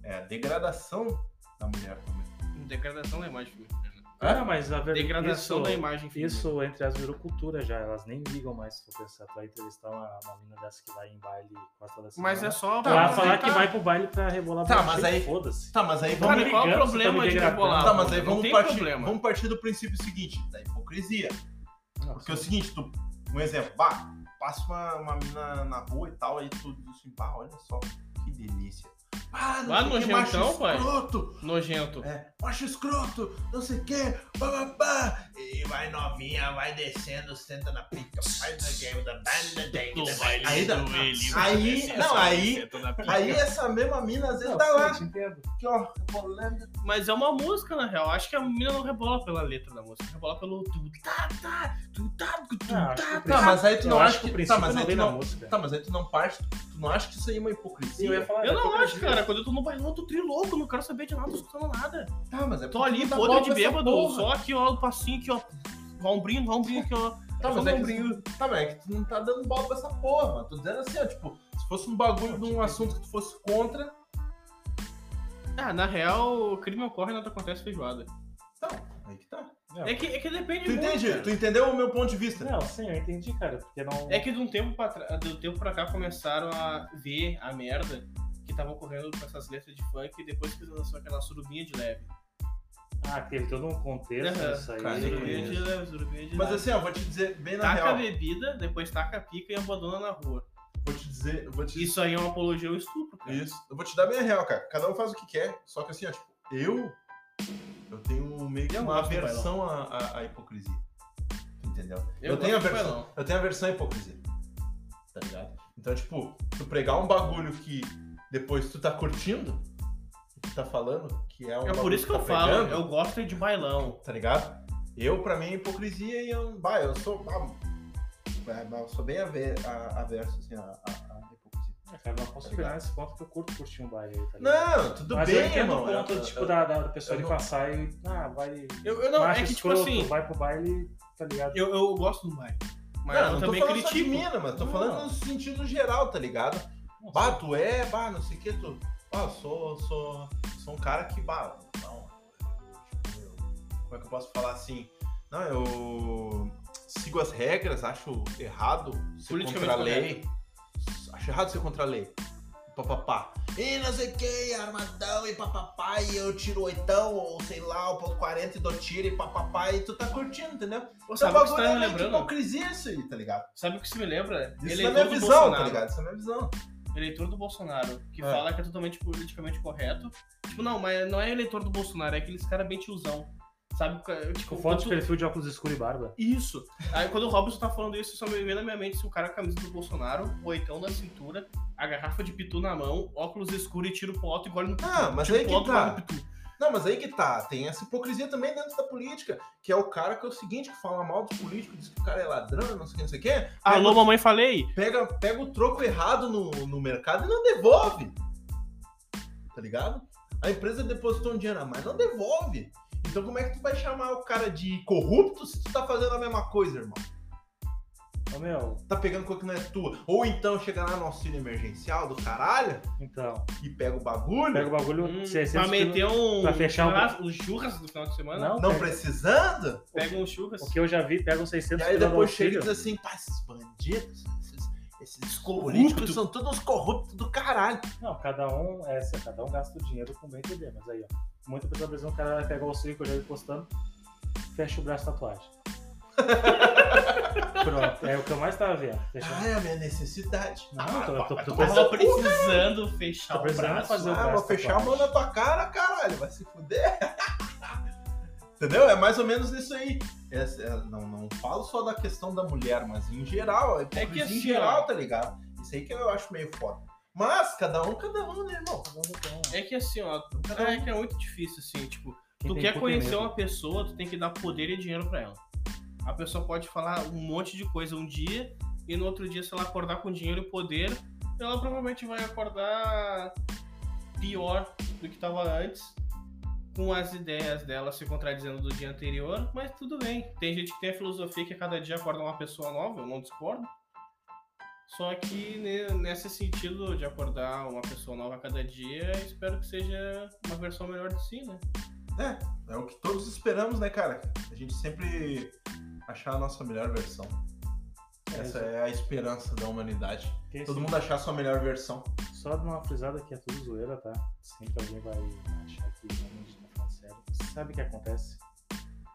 Speaker 1: é a degradação da mulher também.
Speaker 2: Degradação da imagem feminina. Hã?
Speaker 3: Não, mas a verdade
Speaker 2: É. Degradação
Speaker 3: isso,
Speaker 2: da imagem feminina.
Speaker 3: Isso, entre as virou cultura já. Elas nem ligam mais se for pensar. Tu vai entrevistar uma, uma mina dessa que vai em baile quase toda semana.
Speaker 2: Mas é só.
Speaker 3: Tu
Speaker 1: Tá,
Speaker 3: vai
Speaker 1: mas
Speaker 3: falar
Speaker 1: aí
Speaker 3: que vai pro baile pra rebolar
Speaker 1: Tá,
Speaker 3: borracha
Speaker 1: mas
Speaker 3: e
Speaker 1: aí-
Speaker 3: Foda-se.
Speaker 1: Tá, mas aí
Speaker 3: Vamos
Speaker 1: vamos.
Speaker 2: Cara, qual é o
Speaker 3: brigando,
Speaker 2: problema
Speaker 3: estamos
Speaker 2: de
Speaker 3: brigando.
Speaker 2: rebolar?
Speaker 1: Tá, mas aí
Speaker 2: Não
Speaker 1: vamos
Speaker 2: tem
Speaker 1: partir,
Speaker 2: problema.
Speaker 1: vamos partir do princípio seguinte, da hipocrisia. Porque é o seguinte, tu, um exemplo, bah, passa uma, uma mina na rua e tal, aí tu diz assim, bah, olha só, que delícia. Ah,
Speaker 2: Ah,
Speaker 1: sei o que,
Speaker 2: nojentão,
Speaker 1: macho
Speaker 2: pai.
Speaker 1: escroto,
Speaker 2: Nojento.
Speaker 1: é, macho escroto, não sei o que, bababá. E vai novinha, vai descendo, senta na pica, faz o game da banda, Aí, dá- aí, não, aí, aí essa mesma mina às vezes
Speaker 3: Não,
Speaker 1: tá
Speaker 3: eu
Speaker 1: lá,
Speaker 3: te entendo.
Speaker 1: aqui ó, rebolando.
Speaker 2: Mas é uma música, na real. Acho que a menina não rebola pela letra da música, rebola pelo tu tá, tá, tu tá, tu
Speaker 3: Não, Ah, acho que
Speaker 2: tá,
Speaker 3: o
Speaker 1: Tá,
Speaker 3: princípio-
Speaker 1: mas aí tu
Speaker 3: eu
Speaker 1: não
Speaker 3: acho
Speaker 1: acha
Speaker 3: que o
Speaker 1: que. Tá,
Speaker 3: princípio
Speaker 1: mas
Speaker 3: não
Speaker 1: aí tu
Speaker 3: vem na
Speaker 1: não.
Speaker 3: música.
Speaker 1: Tá, mas aí tu não parte. Tu não acha que isso aí é uma hipocrisia?
Speaker 3: falar,
Speaker 2: Eu
Speaker 3: daqui
Speaker 2: não
Speaker 3: a
Speaker 2: acho,
Speaker 3: pouco-
Speaker 2: cara. Quando eu tô no bailão, eu tô trilouco, não quero saber de nada, não tô escutando nada.
Speaker 1: Tá, mas é
Speaker 2: Tô ali,
Speaker 1: tu não dá
Speaker 2: podre
Speaker 1: bola
Speaker 2: de
Speaker 1: pra essa
Speaker 2: bêbado,
Speaker 1: porra.
Speaker 2: só aqui, ó, o passinho aqui, ó. Vá um brinco, vá um brinco aqui, ó.
Speaker 1: Tá,
Speaker 2: só
Speaker 1: mas
Speaker 2: um
Speaker 1: é que,
Speaker 2: ombrinho.
Speaker 1: tu- tá, mas é que tu não tá dando bola pra essa porra, mano. Tô dizendo assim, ó, tipo, se fosse um bagulho de
Speaker 2: tipo,
Speaker 1: um assunto que tu fosse contra.
Speaker 2: Ah, na real, o crime ocorre nada acontece feijoada.
Speaker 1: Tá, aí que tá.
Speaker 3: Não,
Speaker 2: É que, é que depende
Speaker 1: Tu
Speaker 2: muito,
Speaker 1: entende?
Speaker 2: cara.
Speaker 1: Tu entendeu o meu ponto de vista?
Speaker 3: Não, sim, eu entendi, cara. Porque não.
Speaker 2: É que de um tempo pra, tra- de um tempo pra cá começaram a ver a merda que tava ocorrendo com essas letras de funk depois que lançou aquela surubinha de leve.
Speaker 3: Ah, teve todo um contexto
Speaker 2: Aham,
Speaker 3: nisso aí.
Speaker 1: cara, eu
Speaker 2: surubinha de
Speaker 1: conheço.
Speaker 2: leve, surubinha de
Speaker 1: Mas
Speaker 2: leve.
Speaker 1: assim, ó, vou te dizer bem na
Speaker 2: Taca a
Speaker 1: real.
Speaker 2: bebida, depois taca a pica e abandona na rua.
Speaker 1: Vou te dizer. Vou te
Speaker 2: Isso aí é uma apologia ao estupro, cara.
Speaker 1: Isso. Eu vou te dar bem a real, cara. Cada um faz o que quer. Só que assim, ó, tipo, eu. Eu tenho meio que
Speaker 2: Eu
Speaker 1: uma
Speaker 2: gosto do
Speaker 1: aversão à, à- à hipocrisia. Entendeu? Eu,
Speaker 2: gosto
Speaker 1: tenho a
Speaker 2: de
Speaker 1: versão.
Speaker 2: bailão.
Speaker 1: Eu tenho a versão à hipocrisia. Tá ligado? Então, tipo, tu pregar um bagulho que depois tu tá curtindo, tu tá falando que é um.
Speaker 2: É por
Speaker 1: bagulho
Speaker 2: isso que eu
Speaker 1: tá
Speaker 2: falo,
Speaker 1: pegando,
Speaker 2: eu gosto de bailão.
Speaker 1: Tá ligado? Eu, pra mim, é hipocrisia e eu. Bah, eu sou. bah, é, bah, bah, eu sou bem aver, a, averso, assim, a, a- a hipocrisia.
Speaker 3: É, Cara, não posso
Speaker 1: Obrigado.
Speaker 3: pegar nesse ponto que eu curto curtir um baile aí, tá ligado?
Speaker 1: Não, tudo
Speaker 3: mas eu
Speaker 1: bem,
Speaker 3: entendo
Speaker 1: irmão.
Speaker 3: o ponto,
Speaker 1: Eu-
Speaker 3: tipo,
Speaker 1: eu-
Speaker 3: da, da pessoa
Speaker 1: eu
Speaker 3: de
Speaker 1: não-
Speaker 3: passar e. Ah, vai.
Speaker 2: Eu, eu não,
Speaker 3: macho
Speaker 2: é que
Speaker 3: escroto,
Speaker 2: tipo assim,
Speaker 3: Vai pro baile, tá ligado?
Speaker 2: eu, eu gosto do baile. Mas
Speaker 1: não,
Speaker 2: eu
Speaker 1: não tô
Speaker 2: também
Speaker 1: falando só de
Speaker 2: critico.
Speaker 1: mina, mas tô
Speaker 3: Não.
Speaker 1: falando no sentido geral, tá ligado?
Speaker 3: Nossa.
Speaker 1: Bah, tu é, bah, não sei o que, tu. Ah, eu sou, sou, sou um cara que, bah, não. tipo, eu- como é que eu posso falar assim? Não, eu sigo as regras, acho errado ser
Speaker 2: Politicamente
Speaker 1: contra a lei. Acho errado ser contra a lei. Papapá. E não sei o que, armadão e papapá, e eu tiro oitão, ou sei lá, o ponto 40 e dou tiro e papapá, e tu tá curtindo, entendeu?
Speaker 2: Pô,
Speaker 1: Esse
Speaker 2: sabe o que
Speaker 1: bagulho
Speaker 2: você tá
Speaker 1: é
Speaker 2: me
Speaker 1: meio que
Speaker 2: lembrando?
Speaker 1: hipocrisia isso aí, tá ligado?
Speaker 2: Sabe o que isso me lembra?
Speaker 1: Isso é
Speaker 2: Eleitor
Speaker 1: minha
Speaker 2: do
Speaker 1: visão,
Speaker 2: Bolsonaro.
Speaker 1: tá ligado? Isso é minha visão.
Speaker 2: Eleitor do Bolsonaro, que
Speaker 1: É.
Speaker 2: fala que é totalmente politicamente correto. Tipo, não, mas não é eleitor do Bolsonaro, é aqueles caras bem tiozão. Sabe? Tipo,
Speaker 3: Com foto de
Speaker 2: quando-
Speaker 3: perfil de óculos escuro e barba.
Speaker 2: Isso. Aí quando o Robson tá falando isso, só me vem na minha mente se o cara com a camisa do Bolsonaro, oitão na cintura, a garrafa de pitu na mão, óculos escuros e tiro pro alto e gole no pitu.
Speaker 1: Ah, mas
Speaker 2: Tiro
Speaker 1: aí
Speaker 2: pro
Speaker 1: que
Speaker 2: alto e
Speaker 1: tá.
Speaker 2: gole no pitu.
Speaker 1: Não, mas aí que tá. Tem essa hipocrisia também dentro da política, que é o cara que é o seguinte, que fala mal do político, diz que o cara é ladrão, não sei o que, não sei o que.
Speaker 3: Ah,
Speaker 2: Alô, mamãe, falei.
Speaker 1: Pega, pega o troco errado no, no mercado e não devolve. Tá ligado? A empresa depositou um dinheiro a mais, não devolve. Então como é que tu vai chamar o cara de corrupto se tu tá fazendo a mesma coisa, irmão?
Speaker 3: Ô, meu,
Speaker 1: Tá pegando coisa que não é tua. Ou então chega lá no auxílio emergencial do caralho
Speaker 3: então.
Speaker 1: e pega o bagulho.
Speaker 3: Pega o bagulho.
Speaker 2: Hum,
Speaker 3: 600
Speaker 2: pra
Speaker 3: quilos.
Speaker 2: meter um.
Speaker 3: pra fechar o-
Speaker 2: churras- os churras do final de semana.
Speaker 3: Não,
Speaker 1: Não
Speaker 3: pega-
Speaker 1: precisando?
Speaker 2: Pega um churras.
Speaker 3: O que eu já vi, pega uns 600
Speaker 1: E aí
Speaker 3: pila do
Speaker 1: depois chega e
Speaker 3: um auxílio.
Speaker 1: diz assim, pá, esses bandidos, esses, esses
Speaker 2: Corrupto.
Speaker 1: políticos são todos uns corruptos do caralho.
Speaker 3: Não, cada um, é, assim, cada um gasta o dinheiro com bem entender, mas aí, ó. Muita pessoa às vezes um cara pega o auxílio que eu já vi postando, fecha o braço da tatuagem. Pronto, é o que eu mais tava vendo. Fechando.
Speaker 1: Ah, é a minha necessidade.
Speaker 3: Não,
Speaker 1: ah,
Speaker 3: tô-
Speaker 1: pá,
Speaker 3: tô-
Speaker 1: vai
Speaker 3: tô
Speaker 1: tomar
Speaker 2: Tava
Speaker 1: no cu.
Speaker 2: precisando fechar
Speaker 3: Tá
Speaker 2: o
Speaker 3: precisando
Speaker 2: braço.
Speaker 3: fazer o-
Speaker 1: Ah, vou
Speaker 3: braço,
Speaker 1: fechar a mão
Speaker 3: tatuagem.
Speaker 1: na tua cara, caralho, vai se fuder. Entendeu? É mais ou menos isso aí. Essa- é, não, não falo só da questão da mulher, mas em geral, é,
Speaker 2: que
Speaker 1: hipocrisia
Speaker 2: assim,
Speaker 1: em geral, tá ligado? Isso aí que eu acho meio foda. Mas cada um, cada um, né, irmão?
Speaker 2: É que assim, ó,
Speaker 1: Cada um.
Speaker 2: é que é muito difícil, assim, tipo,
Speaker 3: Quem
Speaker 2: tu
Speaker 3: tem
Speaker 2: quer
Speaker 3: cu tem
Speaker 2: conhecer
Speaker 3: medo.
Speaker 2: uma pessoa, tu tem que dar poder e dinheiro pra ela. A pessoa pode falar um monte de coisa um dia, e no outro dia, se ela acordar com dinheiro e poder, ela provavelmente vai acordar pior do que tava antes, com as ideias dela se contradizendo do dia anterior, mas tudo bem. Tem gente que tem a filosofia que a cada dia acorda uma pessoa nova, eu não discordo. Só que ne- nesse sentido de acordar uma pessoa nova a cada dia, espero que seja uma versão melhor de si, né?
Speaker 1: É, é o que todos esperamos, né, cara? A gente sempre achar a nossa melhor versão. Essa é a esperança da humanidade.
Speaker 3: Porque
Speaker 1: Todo
Speaker 3: assim,
Speaker 1: mundo achar a sua melhor versão.
Speaker 3: Só dar uma frisada que é tudo zoeira, tá? Sempre alguém vai achar que realmente tá falando sério. Sabe o que acontece?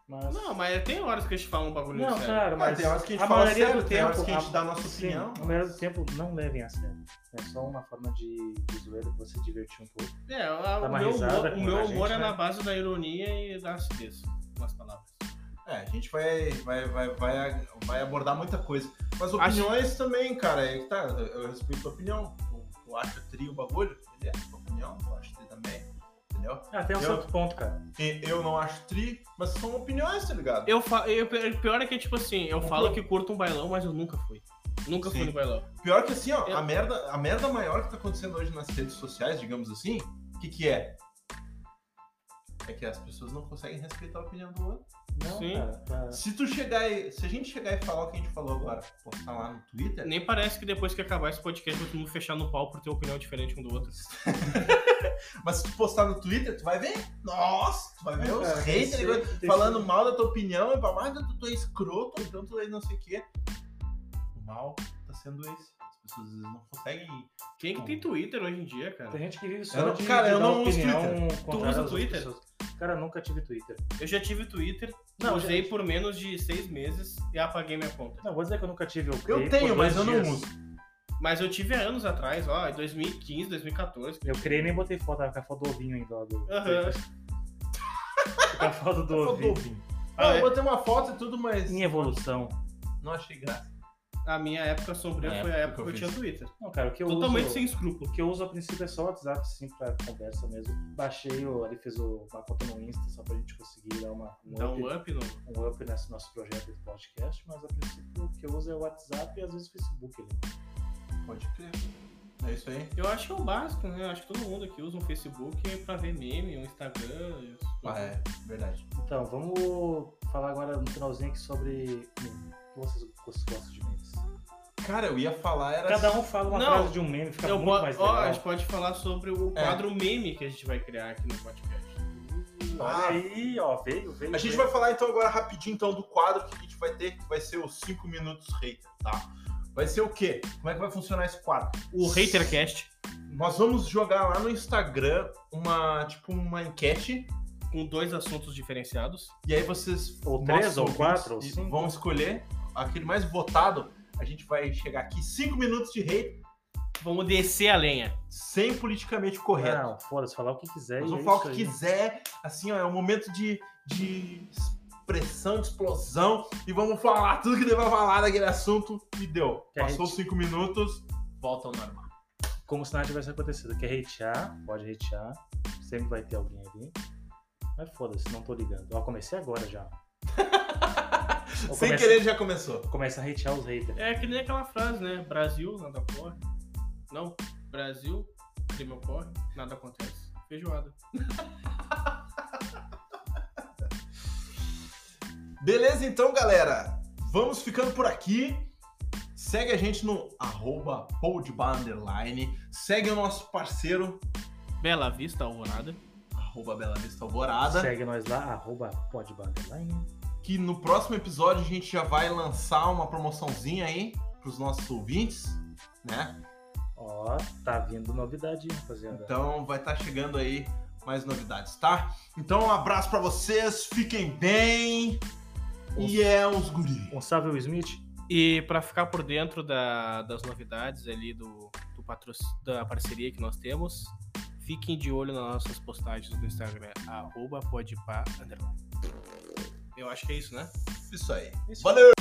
Speaker 3: Mas.
Speaker 2: Não, mas tem horas que eles falam um bagulho
Speaker 3: Não,
Speaker 2: sério.
Speaker 3: claro, mas.
Speaker 1: Ah, tem horas que a gente
Speaker 3: a
Speaker 1: fala
Speaker 3: maioria
Speaker 1: sério,
Speaker 3: do
Speaker 1: tem
Speaker 3: tempo.
Speaker 1: horas que a gente dá a nossa
Speaker 3: sim,
Speaker 1: opinião,
Speaker 3: A maioria do tempo não levem a sério. É só uma forma de, de zoeira pra você divertir um pouco.
Speaker 2: É, a-
Speaker 3: Dá
Speaker 2: o
Speaker 3: uma
Speaker 2: meu
Speaker 3: risada
Speaker 2: humor,
Speaker 3: com
Speaker 2: o meu
Speaker 3: a
Speaker 2: humor
Speaker 3: gente,
Speaker 2: é
Speaker 3: né?
Speaker 2: na base da ironia e da acidez, com as palavras.
Speaker 1: É, a gente vai, vai, vai, vai, vai abordar muita coisa. Mas opiniões também, cara, é que tá, eu respeito a tua opinião. Tu, tu acha tri o bagulho? Ele é a tua opinião, tu acha tri também. Entendeu?
Speaker 3: Até um
Speaker 1: Eu-
Speaker 3: certo ponto, cara.
Speaker 1: E eu não acho tri, mas são opiniões, tá ligado?
Speaker 2: Eu fa... eu- pior é que, tipo assim, eu
Speaker 1: Não
Speaker 2: falo
Speaker 1: foi.
Speaker 2: que curto um bailão, mas eu nunca fui. Nunca fui
Speaker 1: Sim.
Speaker 2: no bailão.
Speaker 1: Pior que assim, ó,
Speaker 2: Eu-
Speaker 1: a, merda, a merda maior que tá acontecendo hoje nas redes sociais, digamos assim, o que, que é? É que as pessoas não conseguem respeitar a opinião do outro.
Speaker 3: Não,
Speaker 2: Sim.
Speaker 3: cara. tá-
Speaker 1: Se tu chegar e. Se a gente chegar e falar o que a gente falou agora, postar lá no Twitter,
Speaker 2: Nem parece que depois que acabar esse podcast, vai todo mundo fechar no pau por ter opinião diferente um do outro.
Speaker 1: mas se tu postar no Twitter, tu vai ver. Nossa, tu vai ver
Speaker 3: Não,
Speaker 1: os
Speaker 3: cara,
Speaker 1: haters
Speaker 3: tem
Speaker 1: tá ligado?
Speaker 3: sempre- tem
Speaker 1: falando
Speaker 3: sempre-
Speaker 1: mal da tua opinião e falar, ah, tu, tu é escroto, então tu é não sei o quê. O mal tá sendo esse. As pessoas às vezes não conseguem.
Speaker 2: Quem é que tem Twitter hoje em dia, cara?
Speaker 3: Tem gente que vive só
Speaker 1: Eu não-
Speaker 3: de,
Speaker 1: cara,
Speaker 3: de
Speaker 1: eu
Speaker 3: dar
Speaker 1: não uso
Speaker 3: opinião
Speaker 2: Tu usa
Speaker 3: contra
Speaker 2: Twitter?
Speaker 3: Cara, eu nunca tive Twitter.
Speaker 2: Eu já tive Twitter,
Speaker 3: Não,
Speaker 2: usei
Speaker 3: já-
Speaker 2: por menos de seis meses e apaguei minha conta.
Speaker 3: Não, vou dizer que eu nunca tive. Eu,
Speaker 1: Eu
Speaker 3: criei
Speaker 1: tenho,
Speaker 3: por
Speaker 1: mas eu
Speaker 3: dois
Speaker 1: não
Speaker 3: dias.
Speaker 1: uso.
Speaker 2: Mas eu tive há anos atrás, ó, em 2015, 2014.
Speaker 3: Eu criei e nem botei foto, tava com a foto do ovinho ainda. ó, Do...
Speaker 2: Aham.
Speaker 3: Com a foto do
Speaker 1: Eu
Speaker 3: ovinho.
Speaker 1: Ah,
Speaker 2: Ah, é.
Speaker 1: eu botei uma foto e tudo, mas.
Speaker 3: Em evolução.
Speaker 1: Não achei graça.
Speaker 2: A minha época sombria
Speaker 1: Na
Speaker 2: foi a época que eu,
Speaker 1: fiz.
Speaker 2: tinha Twitter.
Speaker 3: Não, cara, o que eu
Speaker 2: Totalmente
Speaker 3: uso...
Speaker 2: sem escrúpulo.
Speaker 3: O que eu uso a princípio é só o WhatsApp, sim, pra conversa mesmo. Baixei, o, ele fez o, uma conta no Insta só pra gente conseguir dar uma, um,
Speaker 2: Dá um
Speaker 3: up,
Speaker 2: up no.
Speaker 3: um up nesse nosso projeto de podcast, mas a princípio o que eu uso é o WhatsApp e às vezes o Facebook. né? ali.
Speaker 1: Pode crer. É isso aí.
Speaker 2: Eu acho que é o básico, né? Eu acho que todo mundo aqui usa um Facebook pra ver meme, um Instagram. e as
Speaker 1: Ah,
Speaker 2: coisas.
Speaker 1: é, verdade.
Speaker 3: Então, vamos falar agora no finalzinho aqui sobre hum, o que vocês gostam de memes.
Speaker 1: Cara, eu ia falar era.
Speaker 3: Cada um fala uma
Speaker 2: Não,
Speaker 3: frase de um meme, fica
Speaker 2: Eu
Speaker 3: muito
Speaker 2: bo-
Speaker 3: mais
Speaker 2: ó,
Speaker 3: legal.
Speaker 2: a gente pode falar sobre o
Speaker 1: É.
Speaker 2: quadro meme que a gente vai criar aqui no podcast.
Speaker 3: Ih,
Speaker 1: Ah.
Speaker 3: Olha aí, ó, veio, veio.
Speaker 1: A gente
Speaker 3: veio.
Speaker 1: vai falar então agora rapidinho então do quadro que a gente vai ter, que vai ser os 5 minutos hater, tá? Vai ser o quê? Como é que vai funcionar esse quadro?
Speaker 2: O HaterCast
Speaker 1: Nós vamos jogar lá no Instagram uma, tipo, uma enquete,
Speaker 2: com dois assuntos diferenciados.
Speaker 1: e aí vocês
Speaker 3: Ou
Speaker 1: nossos
Speaker 3: três, ou
Speaker 1: ouvintes,
Speaker 3: quatro, ou
Speaker 1: e
Speaker 3: cinco.
Speaker 1: vão escolher aquele mais votado. A gente vai chegar aqui 5 minutos de hate
Speaker 2: Vamos descer a lenha.
Speaker 1: sem politicamente correto.
Speaker 3: Não, foda-se, falar o que quiser.
Speaker 1: Nós
Speaker 3: e
Speaker 1: vamos
Speaker 3: é
Speaker 1: falar o
Speaker 3: isso
Speaker 1: que
Speaker 3: aí.
Speaker 1: quiser, assim, ó, é um momento de, de expressão, de explosão, e vamos falar tudo que deu pra falar daquele assunto, e deu.
Speaker 3: Que a
Speaker 1: Passou
Speaker 3: gente-
Speaker 1: os cinco minutos, volta ao normal.
Speaker 3: como se nada tivesse acontecido. Quer hatear, pode hatear. Sempre vai ter alguém ali. Mas foda-se, não tô ligando. Ó, comecei agora já. Eu
Speaker 1: Sem
Speaker 3: começo-
Speaker 1: querer já começou.
Speaker 3: Começa a hatear os haters.
Speaker 2: É que nem aquela frase, né? Brasil, nada ocorre. Não, Brasil, crime ocorre, nada acontece. Feijoada.
Speaker 1: Beleza então, galera? Vamos ficando por aqui. Segue a gente no arroba podbar underline. Segue o nosso parceiro,
Speaker 2: Bela Vista, Alvorada.
Speaker 1: arroba Bela Vista Alvorada.
Speaker 3: Segue nós lá, arroba podbanderline.
Speaker 1: que no próximo episódio a gente já vai lançar uma promoçãozinha aí pros nossos ouvintes, né?
Speaker 3: Ó, tá vindo novidade, rapaziada.
Speaker 1: Então vai estar chegando aí mais novidades, tá? Então um abraço pra vocês, fiquem bem e é os guri.
Speaker 3: Um salve, Will Smith.
Speaker 2: E pra ficar por dentro da- das novidades ali do, do patroc- da parceria que nós temos, fiquem de olho nas nossas postagens do Instagram, arroba podpá underline. Eu acho que é isso, né?
Speaker 1: Isso aí.
Speaker 3: Isso.
Speaker 1: Valeu!